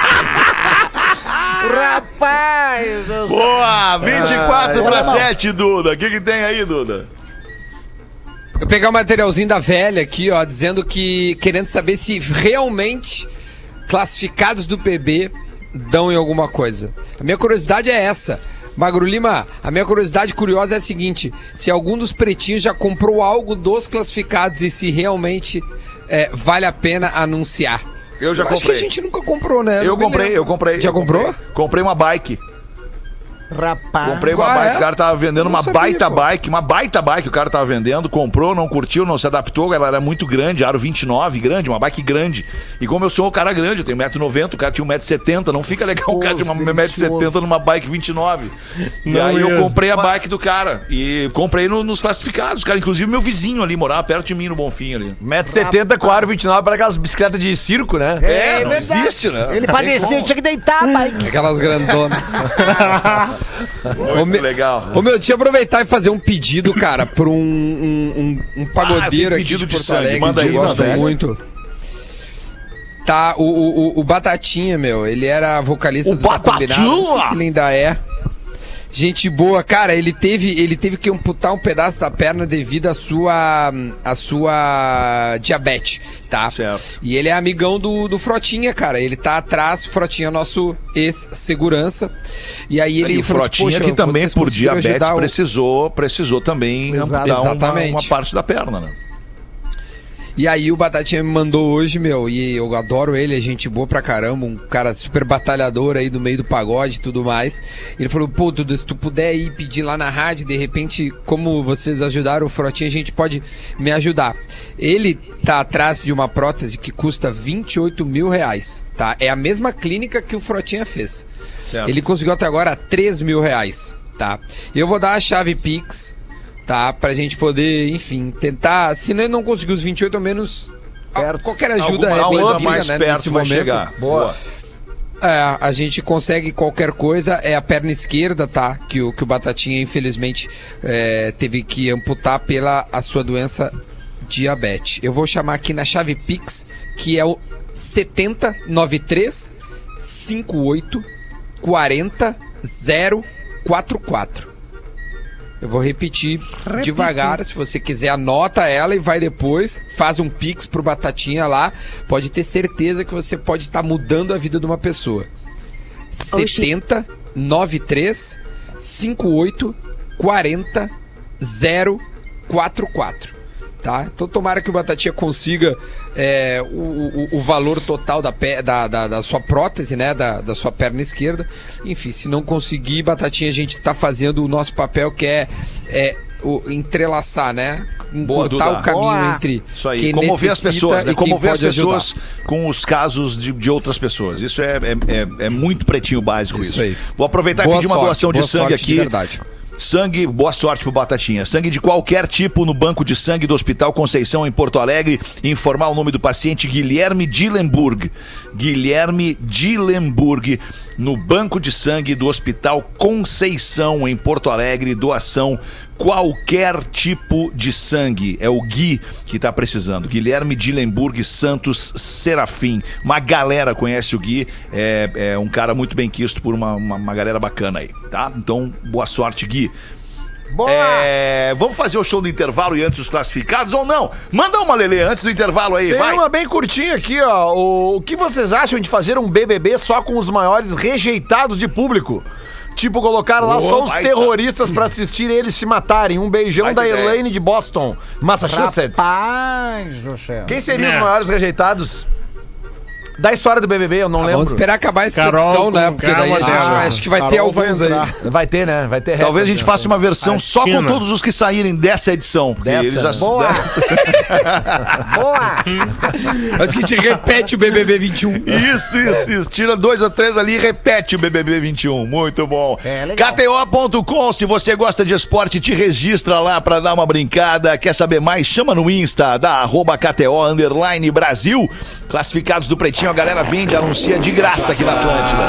S2: Rapaz! eu-
S3: Boa, 24 para 7, Duda. O que, que tem aí, Duda?
S4: Eu pegar o materialzinho da velha aqui, ó, dizendo que querendo saber se realmente classificados do PB dão em alguma coisa. A minha curiosidade é essa. Magro Lima, a minha curiosidade curiosa é a seguinte: se algum dos pretinhos já comprou algo dos classificados e se realmente é, vale a pena anunciar.
S3: Eu já
S4: Acho que a
S3: comprei.
S4: gente nunca comprou, né?
S3: Eu
S4: Não me
S3: comprei,
S4: lembro.
S3: eu comprei.
S4: Já
S3: eu
S4: comprou?
S3: comprei. Comprei uma bike.
S2: Rapaz!
S3: Comprei uma
S4: Qual
S3: bike,
S4: é?
S3: o cara tava vendendo
S4: Não
S3: uma
S4: sabia,
S3: baita
S4: pô.
S3: bike, uma baita bike, o cara tava vendendo, comprou, não curtiu, não se adaptou, ela era muito grande, aro 29, grande, uma bike grande. E como eu sou um cara grande, eu tenho 1,90m, o cara tinha 1,70m, não fica legal o cara de uma
S2: Delicioso.
S3: 1,70m numa bike 29. E
S6: Não
S3: aí eu
S6: mesmo.
S3: comprei a bike do cara e comprei no- nos classificados, cara, inclusive meu vizinho ali morava perto de mim no Bonfim ali.
S7: 1,70m com aro 29 para aquelas bicicletas de circo, né?
S3: É, não
S2: verdade.
S3: existe, né?
S2: Ele
S3: Não
S2: pra
S3: tem
S2: descer
S3: como.
S2: tinha que deitar, pai.
S4: Aquelas grandonas. Ô,
S3: Muito
S4: me-
S3: legal.
S4: Ô meu, deixa eu aproveitar e fazer um pedido, cara, pra um, um, um- um pagodeiro
S3: Ah, tem
S4: aqui de
S3: pedido de
S4: Porto
S3: sangue.
S4: Alegre
S3: Manda
S4: que
S3: aí,
S4: eu gosto
S3: manda aí.
S4: muito. Tá, o, o, o- o Batatinha, meu, ele era vocalista
S3: O
S4: Tá Combinado, Não sei
S3: Batatinha!
S4: se ele ainda é. Gente boa, cara, ele teve, ele teve que amputar um pedaço da perna devido à sua, à sua diabetes, tá?
S3: Certo.
S4: E ele é amigão do, do Frotinha, cara. Ele tá atrás, Frotinha é nosso ex-segurança. E aí ele
S3: E o
S4: falou assim,
S3: Frotinha
S4: "Poxa,
S3: que também
S4: vocês
S3: por
S4: conseguiram
S3: diabetes
S4: ajudar o-
S3: precisou, precisou também amputar uma,
S4: Exatamente.
S3: uma parte da perna, né?
S4: E aí o Batatinha me mandou hoje, meu, e eu adoro ele, é gente boa pra caramba, um cara super batalhador aí do meio do pagode e tudo mais. Ele falou, pô, Dudu, se tu puder ir pedir lá na rádio, de repente, como vocês ajudaram o Frotinha, a gente pode me ajudar. Ele tá atrás de uma prótese que custa 28 mil reais, tá? É a mesma clínica que o Frotinha fez. Ele conseguiu até agora 3 mil reais, tá? E eu vou dar a chave Pix tá? Pra gente poder, enfim, tentar. Se não, não conseguir os 28, ao menos. a- Qualquer ajuda
S3: Alguma
S4: é
S3: aula
S4: bem-vinda,
S3: mais
S4: né?
S3: perto
S4: nesse
S3: vai
S4: momento.
S3: chegar. Boa.
S4: É, a gente consegue qualquer coisa. É a perna esquerda, tá? Que o, que o Batatinha, infelizmente, é, teve que amputar pela a sua doença diabetes. Eu vou chamar aqui na chave Pix, que é o 7093 58 40 044. Eu vou repetir devagar, se você quiser anota ela e vai depois, faz um pix pro Batatinha lá, pode ter certeza que você pode estar mudando a vida de uma pessoa. 70 93 58 40 044, tá? Então tomara que o Batatinha consiga é, o, o- o valor total da, pe- da, da- da sua prótese, né? Da, da sua perna esquerda. Enfim, se não conseguir, Batatinha, a gente tá fazendo o nosso papel que é, é, o, entrelaçar, né?
S3: Boa,
S4: Cortar
S3: Duda.
S4: o caminho
S2: Boa.
S4: entre
S3: Isso aí,
S4: quem
S3: comover as
S4: necessita
S3: pessoas, né?
S4: e quem
S3: Comover as
S4: pode ajudar.
S3: pessoas com os casos de, de outras pessoas. Isso é, é, é- é muito pretinho básico isso.
S4: Isso aí.
S3: Vou aproveitar e
S4: Boa
S3: pedir tá uma
S4: sorte,
S3: doação de
S4: boa
S3: sangue
S4: sorte de
S3: aqui.
S4: verdade.
S3: Sangue, boa sorte pro Batatinha. Sangue de qualquer tipo no banco de sangue do Hospital Conceição em Porto Alegre. Informar o nome do paciente Guilherme Dillenburg. Guilherme Dillenburg no banco de sangue do Hospital Conceição em Porto Alegre. Doação qualquer tipo de sangue. É o Gui que tá precisando. Guilherme Dillenburg Santos Serafim. Uma galera conhece o Gui. É, é um cara muito bem quisto por uma, uma, uma galera bacana aí, tá? Então, boa sorte, Gui.
S2: Boa!
S3: É, vamos fazer o show do intervalo e antes dos classificados ou não? Manda uma Lelê antes do intervalo aí,
S7: Tem
S3: vai.
S7: uma bem curtinha aqui, ó. O, o que vocês acham de fazer um BBB só com os maiores rejeitados de público? Tipo, colocar lá
S3: Ô,
S7: só os
S3: baita.
S7: terroristas pra assistir eles se matarem. Um beijão
S3: Baita
S7: da
S3: ideia.
S7: Elaine de Boston, Massachusetts.
S2: Rapaz do céu.
S7: Quem seriam os
S6: Né.
S7: maiores rejeitados? Da história do BBB, eu não
S2: Tá
S4: Ah,
S7: lembro.
S4: Vamos esperar acabar essa
S6: Carol
S4: edição, né?
S6: com
S4: Porque daí a gente
S6: K,
S4: vai-
S6: ah,
S4: acho que vai ter
S10: Carol vai
S4: alguns aí.
S10: entrar.
S7: Vai ter, né? Vai ter.
S3: Talvez a
S7: réplica.
S3: gente faça uma versão só com
S6: China.
S3: todos os que saírem dessa edição. Porque
S7: né? Dessa,
S3: eles já,
S7: né?
S2: Boa! Boa!
S4: Acho que a gente repete o BBB 21.
S3: Isso, isso, isso. Tira dois ou três ali e repete o BBB 21. Muito bom.
S2: É, legal.
S3: KTO.com, se você gosta de esporte, te registra lá pra dar uma brincada. Quer saber mais? Chama no Insta da arroba KTO underline Brasil. Classificados do Pretinho, a galera vende, anuncia de graça aqui na Atlântida.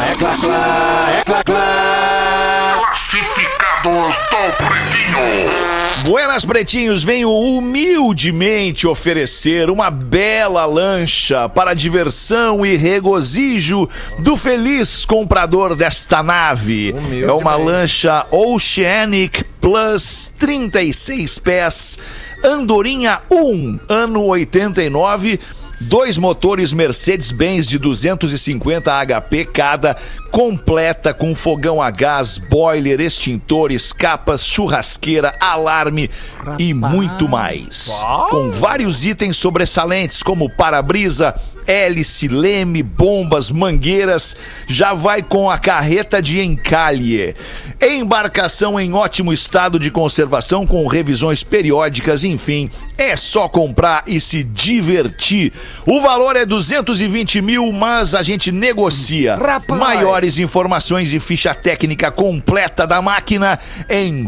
S1: Classificados do Pretinho.
S3: Buenas Pretinhos, venho humildemente oferecer uma bela lancha para diversão e regozijo do feliz comprador desta nave. É uma lancha Oceanic Plus 36 pés, Andorinha 1, ano 89. Dois motores Mercedes-Benz de 250 HP cada, completa com fogão a gás, boiler, extintores, capas, churrasqueira, alarme e muito mais. Com vários itens sobressalentes como para-brisa, hélice, leme, bombas, mangueiras, já vai com a carreta de encalhe. Embarcação em ótimo estado de conservação com revisões periódicas, enfim, é só comprar e se divertir. O valor é 220 mil, mas a gente negocia. Maiores informações e ficha técnica completa da máquina em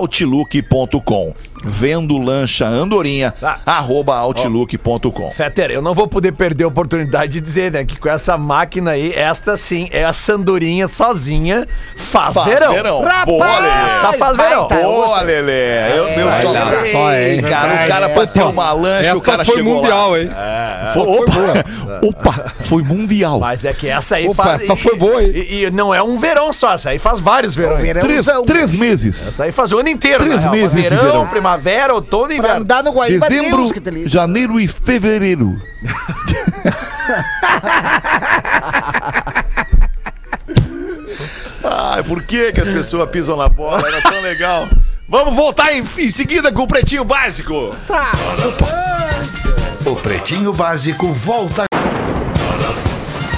S3: vendolanchaandorinha.outlook.com Vendo lancha andorinha, arroba outlook.com.
S7: Fetter, eu não vou poder perder a oportunidade de dizer, né, que com essa máquina aí, esta sim é a Sandorinha sozinha faz,
S3: Faz
S7: verão.
S3: verão.
S7: Rapaz,
S3: Boa, Lelê.
S7: essa faz verão.
S5: Tá,
S2: tá.
S3: Boa, Lelê! Eu, meu
S8: Vai lá,
S3: só,
S8: só,
S3: Ei,
S8: hein?
S3: cara, o cara pra ter uma lancha, o cara
S4: foi
S3: chegou
S4: mundial,
S3: lá.
S4: hein?
S3: Foi, opa, opa, foi mundial.
S7: Mas é que essa aí
S4: Opa,
S7: faz.
S4: essa foi boa, hein?
S7: E, e não é um verão só, essa aí faz vários verões.
S1: Três,
S2: é um-
S1: três meses.
S7: Essa aí faz o ano inteiro.
S1: Três
S7: na real.
S1: meses de
S7: verão,
S1: verão.
S7: primavera, outono e
S2: Pra
S7: inverno.
S2: andar no Guaíba,
S1: Dezembro,
S2: Deus que te livre.
S1: janeiro e fevereiro.
S3: Ai, por que, que as pessoas pisam na bola? Era tão legal. Vamos voltar em, em seguida com o Pretinho Básico.
S1: O Pretinho Básico volta.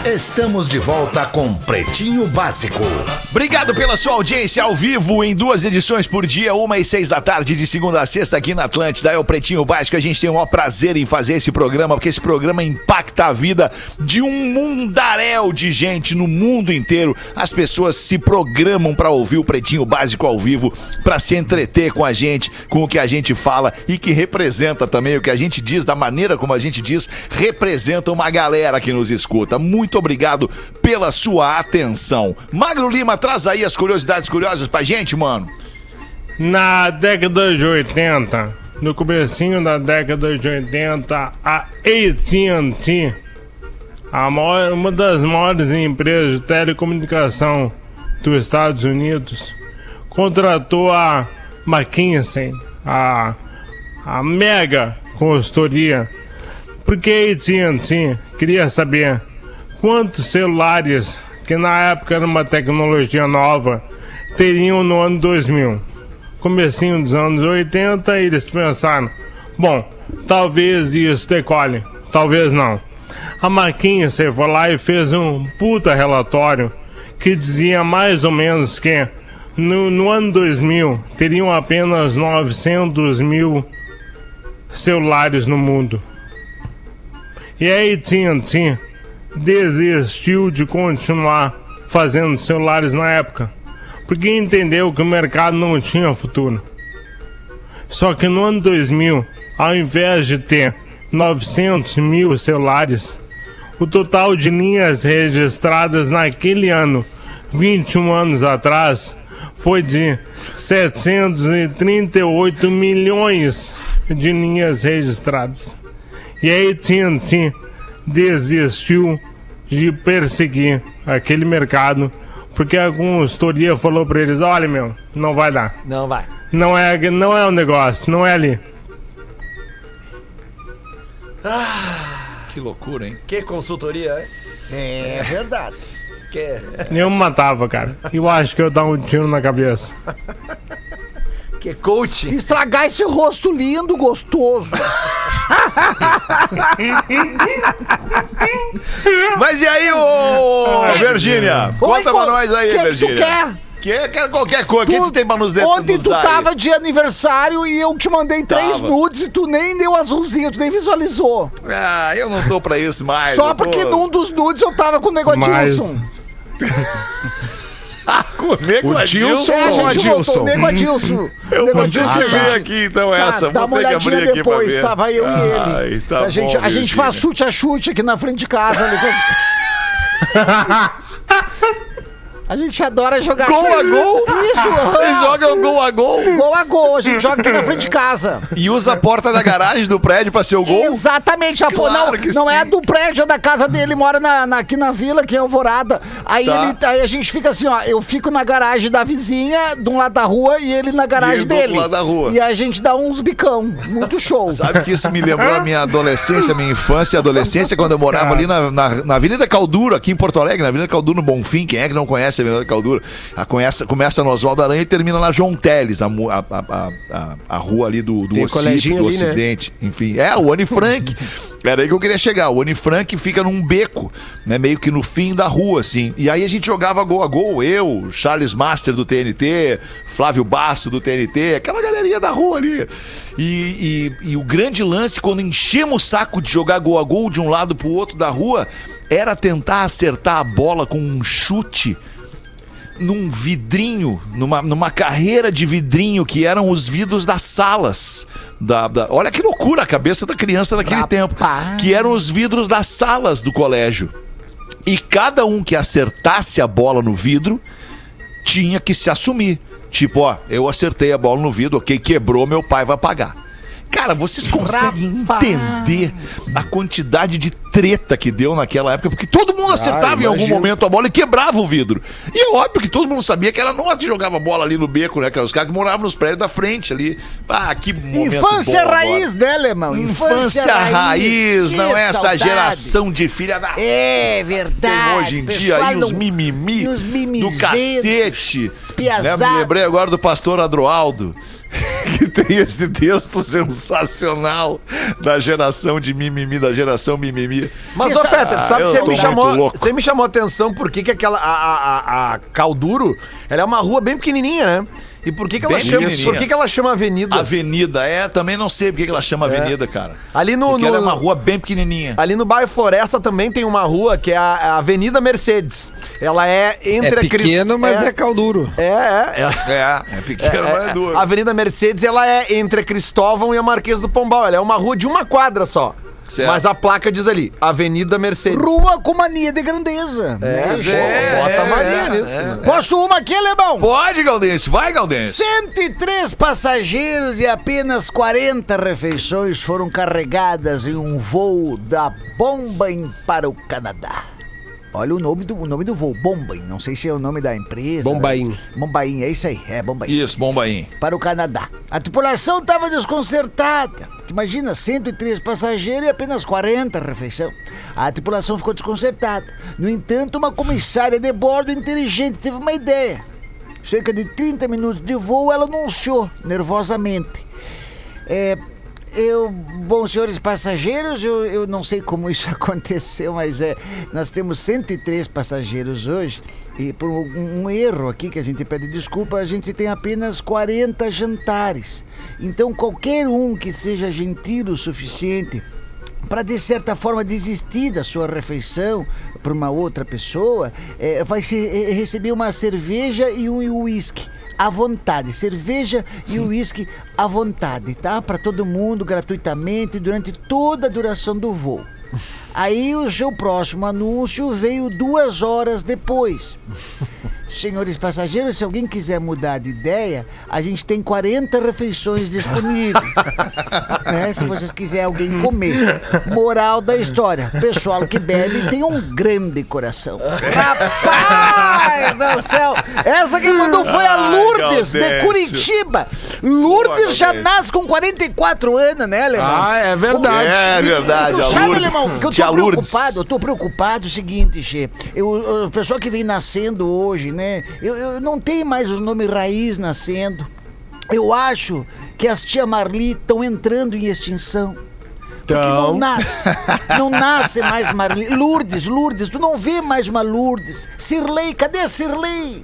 S1: Estamos de volta com Pretinho Básico.
S3: Obrigado pela sua audiência ao vivo em duas edições por dia, uma e seis da tarde, de segunda a sexta aqui na Atlântida. É o Pretinho Básico. A gente tem o maior prazer em fazer esse programa, porque esse programa impacta a vida de um mundaréu de gente no mundo inteiro. As pessoas se programam para ouvir o Pretinho Básico ao vivo, para se entreter com a gente, com o que a gente fala e que representa também o que a gente diz, da maneira como a gente diz, representa uma galera que nos escuta. Muito obrigado pela sua atenção. Magro Lima, traz aí as curiosidades curiosas pra gente, mano.
S6: Na década de 80, no comecinho da década de 80, a AT&T, a maior- uma das maiores empresas de telecomunicação dos Estados Unidos, contratou a McKinsey, a, a mega consultoria, porque a AT&T queria saber quantos celulares, que na época era uma tecnologia nova, teriam no ano 2000 comecinho dos anos 80, eles pensaram, bom, talvez isso decole, talvez não. A McKinsey foi lá e fez um puta relatório que dizia mais ou menos que no, no ano 2000 teriam apenas 900 mil celulares no mundo. E a AT&T desistiu de continuar fazendo celulares na época porque entendeu que o mercado não tinha futuro. Só que no ano 2000, ao invés de ter 900 mil celulares, o total de linhas registradas naquele ano, 21 anos atrás, foi de 738 milhões de linhas registradas. E a AT&T desistiu de perseguir aquele mercado porque a consultoria falou pra eles, olha meu, não vai dar.
S7: Não vai.
S6: Não é, não é um negócio, não é ali.
S3: Que loucura, hein?
S7: Que consultoria, hein?
S2: É verdade.
S7: Que,
S6: Eu me matava, cara. Eu acho que eu dava um tiro na cabeça.
S7: que coaching.
S2: Estragar esse rosto lindo, gostoso.
S3: Mas e aí, ô Ah, Virgínia? Conta
S2: Oi,
S3: pra
S2: co-
S3: nós aí,
S2: que que tu
S3: Virgínia.
S2: quer?
S3: Que, é, quero qualquer coisa. O que
S2: Tu-
S3: tu tem pra nos de-
S2: Ontem
S3: nos
S2: tu
S3: dar aí?
S2: tava de aniversário e eu te mandei três
S3: Tava.
S2: nudes e tu nem deu azulzinho, tu nem visualizou.
S3: Ah, eu não tô pra isso mais.
S2: Só
S3: eu tô-
S2: porque num dos nudes eu tava com o negotinho
S6: Mas-
S2: Wilson.
S3: Comigo,
S1: O
S3: a
S1: Dilson
S2: É, a
S1: ou
S2: gente voltou.
S1: Adilson?
S2: O Nego Adilson.
S3: Eu
S2: Nego
S3: vou ter
S2: Adilson
S3: que
S2: já.
S3: ver aqui então
S2: Tá,
S3: essa.
S2: dá
S3: Vou
S2: uma
S3: ter que
S2: olhadinha
S3: abrir aqui pra
S2: depois,
S3: ver.
S2: tava eu e
S3: Ai,
S2: ele.
S3: tá
S2: a gente,
S3: bom,
S2: a gente
S3: Virgínia.
S2: faz né? chute a chute aqui na frente de casa. ali. A gente adora jogar
S3: Gol a gol?
S2: Isso,
S3: Vocês
S2: aham.
S3: jogam gol a gol
S2: Gol a gol, a gente joga aqui na frente de casa.
S3: e usa a porta da garagem do prédio pra ser o gol?
S2: Exatamente, a po-
S3: Claro
S2: não,
S3: que
S2: não é
S3: sim.
S2: do prédio, é da casa dele, ele mora na, na- aqui na vila, aqui em Alvorada. Aí,
S3: Tá.
S2: ele, aí a gente fica assim, ó, eu fico na garagem da vizinha, de um lado da rua, e ele na garagem
S3: ele do outro
S2: dele.
S3: lado da rua.
S2: E a gente dá uns bicão, muito show.
S3: Sabe que isso me lembrou a minha adolescência, minha infância e adolescência, quando eu morava ali na, na, na Avenida Caldura, aqui em Porto Alegre, na Avenida Caldura, no Bonfim. Quem é que não conhece a Avenida Caldura? A conhece, começa no Oswaldo Aranha e termina na João Teles, a, mu- a, a, a- a, a rua ali do, do
S5: Tem
S3: Ocidente,
S5: coleginho
S3: do
S5: ali, né?
S3: Ocidente. Enfim, é o Anne Frank. Era aí que eu queria chegar. O Anne Frank fica num beco, né, meio que no fim da rua, assim. E aí a gente jogava gol a gol. Eu, Charles Master do TNT, Flávio Basso do TNT, aquela galerinha da rua ali. E, e- e o grande lance, quando enchemos o saco de jogar gol a gol de um lado pro outro da rua, era tentar acertar a bola com um chute num vidrinho, numa, numa carreira de vidrinho que eram os vidros das salas. Da, da- olha que loucura a cabeça da criança daquele tempo. Que eram os vidros das salas do colégio. E cada um que acertasse a bola no vidro tinha que se assumir. Tipo, ó, eu acertei a bola no vidro, ok, quebrou, meu pai vai pagar. Cara, vocês conseguem entender a quantidade de treta que deu naquela época, porque todo
S2: Ah,
S3: mundo acertava em algum momento a bola e quebrava o vidro. E é óbvio que todo mundo sabia que era nós que jogava bola ali no beco, né? Que eram os caras que moravam nos prédios da frente ali. Ah, que momento bom
S2: Infância
S3: agora.
S2: raiz, né, Lemão?
S3: Infância raiz, não
S2: Que
S3: é essa
S2: saudade.
S3: geração de filha da
S2: É verdade.
S3: tem hoje em dia
S2: pessoal
S3: aí os
S2: não-
S3: mimimi
S2: e os
S3: do
S2: mimizentos,
S3: cacete. Né?
S2: piazados.
S3: Me lembrei agora do pastor Adroaldo. Que tem esse texto sensacional da geração de mimimi, da geração mimimi.
S7: Mas, ô Feta, tu sabe que
S3: Ah, eu
S7: você
S3: tô
S7: me,
S3: muito
S7: chamou,
S3: louco.
S7: você me chamou a atenção por que que aquela. A, a- a- a Calduro, ela é uma rua bem pequenininha, né? E por que que ela
S3: Bem
S7: chama.
S3: pequenininha.
S7: Por que que ela chama avenida?
S3: Avenida, é, também não sei porque que ela chama avenida, cara.
S7: É. Ali no-
S3: Porque
S7: no-
S3: ela é uma rua bem pequenininha.
S7: Ali no bairro Floresta também tem uma rua que é a a Avenida Mercedes. Ela é
S4: É
S7: entre a Cris-
S4: pequeno, mas é, calduro.
S7: É, é. é.
S3: É, é pequena, mas é dura.
S7: A Avenida Mercedes, ela é entre a Cristóvão e a Marquês do Pombal. Ela é uma rua de uma quadra só.
S3: Certo.
S7: Mas a placa diz ali, Avenida Mercedes.
S2: Rua com mania de grandeza.
S7: Mas
S3: é,
S7: bota
S3: é,
S7: a Maria
S3: é,
S7: nisso.
S3: é.
S2: Posso uma aqui, Lemão?
S3: Pode, Galdense, vai, Galdense.
S2: 103 passageiros e apenas 40 refeições foram carregadas em um voo da Bombaim para o Canadá. Olha o nome do, o nome do voo, Bombaim. Não sei se é o nome da empresa.
S4: Bombaim.
S2: né? Bombaim, é isso aí. É, Bombaim.
S3: Isso, bombaim.
S2: Para o Canadá. A tripulação estava desconcertada. porque Imagina, 103 passageiros e apenas 40 refeição. A tripulação ficou desconcertada. No entanto, uma comissária de bordo inteligente teve uma ideia. Cerca de 30 minutos de voo, ela anunciou nervosamente. É, eu, bom, senhores passageiros, eu, eu não sei como isso aconteceu, mas é, nós temos 103 passageiros hoje e por um, um erro aqui que a gente pede desculpa, a gente tem apenas 40 jantares. Então, qualquer um que seja gentil o suficiente para de certa forma desistir da sua refeição para uma outra pessoa, eh, vai se, eh, receber uma cerveja e um uísque à vontade, cerveja e uísque à vontade, tá? Para todo mundo gratuitamente durante toda a duração do voo. Aí o seu próximo anúncio veio duas horas depois. Senhores passageiros, se alguém quiser mudar de ideia, a gente tem 40 refeições disponíveis. né? Se vocês quiserem alguém comer. Moral da história: pessoal que bebe tem um grande coração. Rapaz do céu! Essa que mandou foi a
S3: Ai,
S2: Lourdes, de
S3: Gaudêncio.
S2: Curitiba. Lourdes já
S3: Gaudêncio.
S2: nasce com 44 anos, né, Alemão?
S7: Ah, é verdade.
S2: E-
S3: É
S2: e
S3: verdade, a
S2: Tu sabe,
S3: Lourdes.
S2: Lemão, que eu
S3: Tia
S2: tô
S3: Lourdes.
S2: preocupado, eu tô preocupado o seguinte, Gê. Eu, eu- o pessoal que vem nascendo hoje, né? Eu, eu não tenho mais os nomes raiz nascendo. Eu acho que as tia Marli estão entrando em extinção. Porque não nasce. Não nasce mais Marli. Lourdes, Lourdes, tu não vê mais uma Lourdes. Cirlei, cadê Cirlei?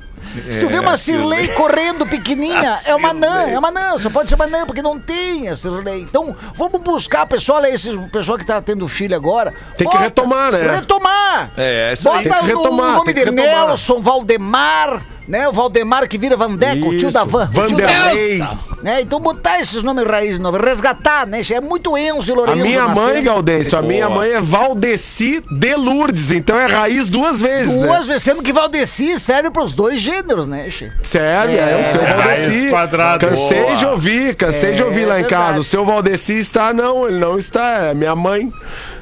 S2: Se tu
S5: É,
S2: vê uma Cirlei correndo pequenininha, é uma anã, é uma anã, só pode ser uma anã, porque não tem a Cirlei. Então, vamos buscar, pessoal, olha esse pessoal que tá tendo filho agora.
S5: Tem que retomar, né?
S2: Retomar.
S3: É, é isso
S2: Bota
S3: aí.
S5: Tem que
S2: o-
S5: retomar,
S2: o nome
S5: tem
S2: de
S5: que retomar.
S7: É,
S2: Nelson, Valdemar, né? O Valdemar que vira Vandeco, o tio da Van. o tio da Van.
S5: Vanderlei.
S2: né? Então botar esses nomes raiz de novo, resgatar, né? É muito Enzo e
S5: A
S2: Lourenço.
S5: minha
S2: Macedo.
S5: mãe, Gaudêncio, a minha
S3: Boa.
S5: mãe é Valdeci de Lourdes, então é raiz duas vezes, né?
S2: Duas
S7: né?
S5: duas...
S2: vezes, sendo que Valdeci serve pros dois gêneros, né, Che?
S5: Serve, é, o seu
S6: É,
S5: Valdeci.
S6: raiz quadrada.
S5: Cansei
S3: Boa.
S5: de ouvir, cansei de
S2: É,
S5: ouvir lá em
S2: verdade.
S5: casa. O seu Valdeci está, não, ele não está, é minha mãe.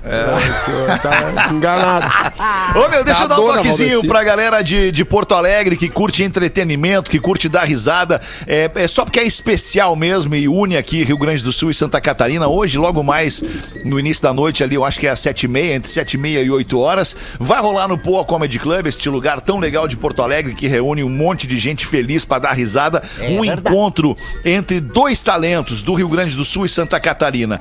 S5: É. O senhor tá enganado.
S3: Ô, meu, deixa
S4: Tá
S3: eu dar um
S4: dona,
S3: toquezinho
S4: Valdeci.
S3: pra galera de, de Porto Alegre que curte entretenimento, que curte dar risada. É, é só porque é especial mesmo e une aqui Rio Grande do Sul e Santa Catarina. Hoje, logo mais no início da noite ali, eu acho que é às sete e meia, entre sete e meia e oito horas, vai rolar no Poa Comedy Club, este lugar tão legal de Porto Alegre que reúne um monte de gente feliz pra dar risada. um encontro entre dois talentos do Rio Grande do Sul e Santa Catarina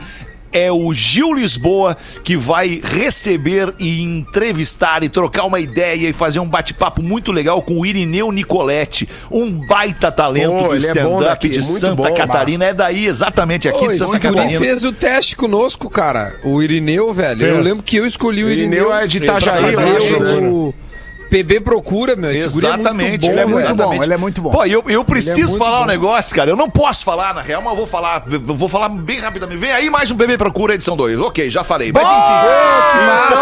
S3: é o Gil Lisboa que vai receber e entrevistar e trocar uma ideia e fazer um bate-papo muito legal com o Irineu Nicoletti, um baita talento
S5: Pô,
S3: do
S5: ele é bom
S3: stand-up
S5: daqui,
S3: de
S5: muito
S3: Santa
S5: bom,
S3: Catarina. É daí, exatamente, aqui
S4: Ô,
S3: de
S4: esse
S3: Santa
S4: guri
S3: Catarina.
S4: fez o teste conosco, cara. O Irineu, velho. Eu
S6: Fez.
S4: lembro que eu escolhi o Irineu.
S5: Irineu é de
S3: Ele tá
S5: Itajaí, eu
S3: fazendo
S5: acho.
S4: fazer o PB Procura, meu. Esse guri é muito
S3: Exatamente,
S4: bom,
S3: ele é
S4: velho.
S3: muito bom,
S2: Exatamente.
S3: ele é muito bom. Pô, eu, eu preciso falar um negócio, cara. Eu não posso falar, na real, mas eu vou falar, eu vou falar bem rapidamente. Vem aí mais um Bebê Procura, edição 2. Ok, já falei. Mas enfim.
S4: Massa!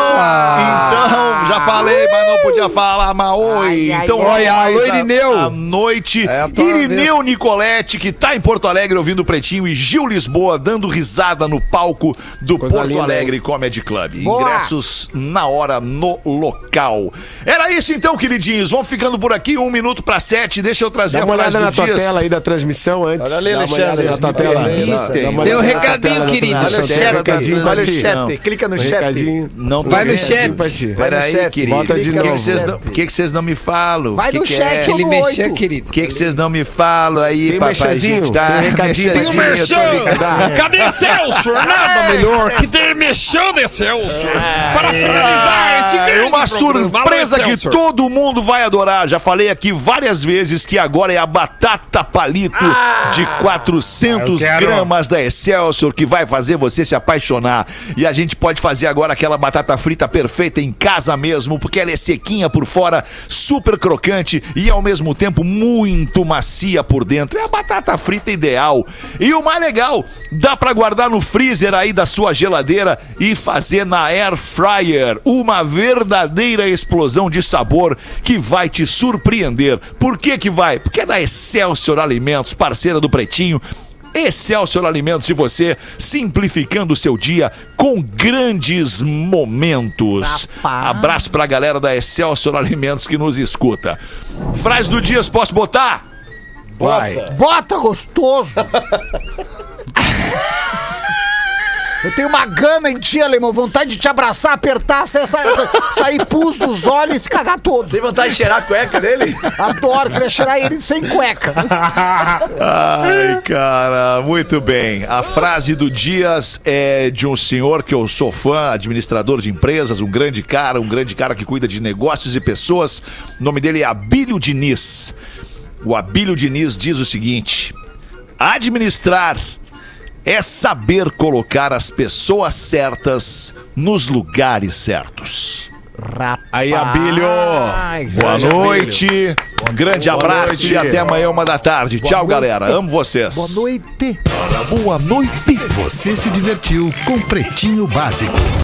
S3: Então, já falei, mas não podia falar, mas oi. Então,
S4: ai.
S3: mais
S4: Alô,
S3: a-
S4: Irineu.
S3: A noite.
S4: É a tua
S3: Irineu
S4: vez.
S3: Nicoletti, que tá em Porto Alegre ouvindo o Pretinho, e Gil Lisboa dando risada no palco do
S5: Coisa
S3: Porto
S5: linda,
S3: Alegre Comedy Club.
S2: Boa.
S3: Ingressos na hora, no local. Era isso então, queridinhos. Vamos ficando por aqui, um minuto pra sete. Deixa eu trazer
S5: Dá uma
S3: a frase
S5: olhada na
S3: do
S5: tua
S3: dias.
S5: tela aí tá da transmissão antes.
S7: Olha ali,
S5: Dá uma olhada
S7: Alexandre,
S5: na tua
S7: me permitem.
S5: né? Dá uma olhada na
S4: Deu um
S5: tua
S4: recadinho,
S5: tela,
S4: querido.
S5: Alexandre,
S3: Alexandre,
S5: recadinho pra
S7: Olha o
S5: ti.
S7: chat, clica no
S5: Um
S7: chat.
S5: recadinho. Não,
S4: Vai no chat.
S5: pra ti.
S7: Vai no
S3: Peraí,
S7: chat.
S3: querido.
S5: Bota
S3: Por
S5: de
S3: que
S5: novo.
S3: que vocês não- Por que que vocês não me falam?
S2: Vai
S3: Que
S2: no
S3: que
S2: chat,
S3: é?
S2: ô
S4: Ele
S2: no
S4: mexeu,
S2: oito.
S3: O
S4: querido.
S3: que que vocês não me falam aí,
S5: Tem
S3: papai?
S5: merchanzinho,
S3: gente tá-
S5: tem um recadinho.
S6: um
S3: Tem
S5: Tem
S3: merchan, eu tô ligado.
S6: Cadê Celso? Nada melhor que ter mexendo Celso. Para finalizar esse
S3: É
S6: grande
S3: uma
S6: programa. Valeu,
S3: surpresa que
S6: Celso.
S3: todo mundo vai adorar. Já falei aqui várias vezes que agora é a batata palito de 400
S6: Ah! Eu quero.
S3: gramas da Excelsior que vai fazer você se apaixonar. E a gente pode fazer agora aquela batata frita perfeita em casa mesmo, porque ela é sequinha por fora, super crocante e ao mesmo tempo muito macia por dentro. É a batata frita ideal. E o mais legal, dá pra guardar no freezer aí da sua geladeira e fazer na air fryer uma verdadeira explosão de sabor que vai te surpreender. Por que que vai? Porque é da Excelsior Alimentos, parceira do Pretinho. Excelsior Alimentos e você simplificando o seu dia com grandes momentos. Abraço pra galera da Excelsior Alimentos que nos escuta. Frase do Dias, posso botar?
S2: Bota gostoso! Eu tenho uma gana em ti, alemão. Vontade de te abraçar, apertar, sa- sa- sair pus dos olhos e se cagar todo.
S7: Tem vontade de cheirar a cueca dele?
S2: Adoro, queria cheirar ele sem cueca.
S3: Ai, cara, muito bem. A frase do Dias é de um senhor que eu sou fã, administrador de empresas, um grande cara, um grande cara que cuida de negócios e pessoas. O nome dele é Abílio Diniz. O Abílio Diniz diz o seguinte: administrar é saber colocar as pessoas certas nos lugares certos.
S5: Aí, Abílio.
S3: Boa noite, um grande abraço
S5: noite.
S3: e até amanhã, uma da tarde. Tchau, galera. Amo vocês.
S2: Boa noite.
S1: Boa noite. Você se divertiu com Pretinho Básico.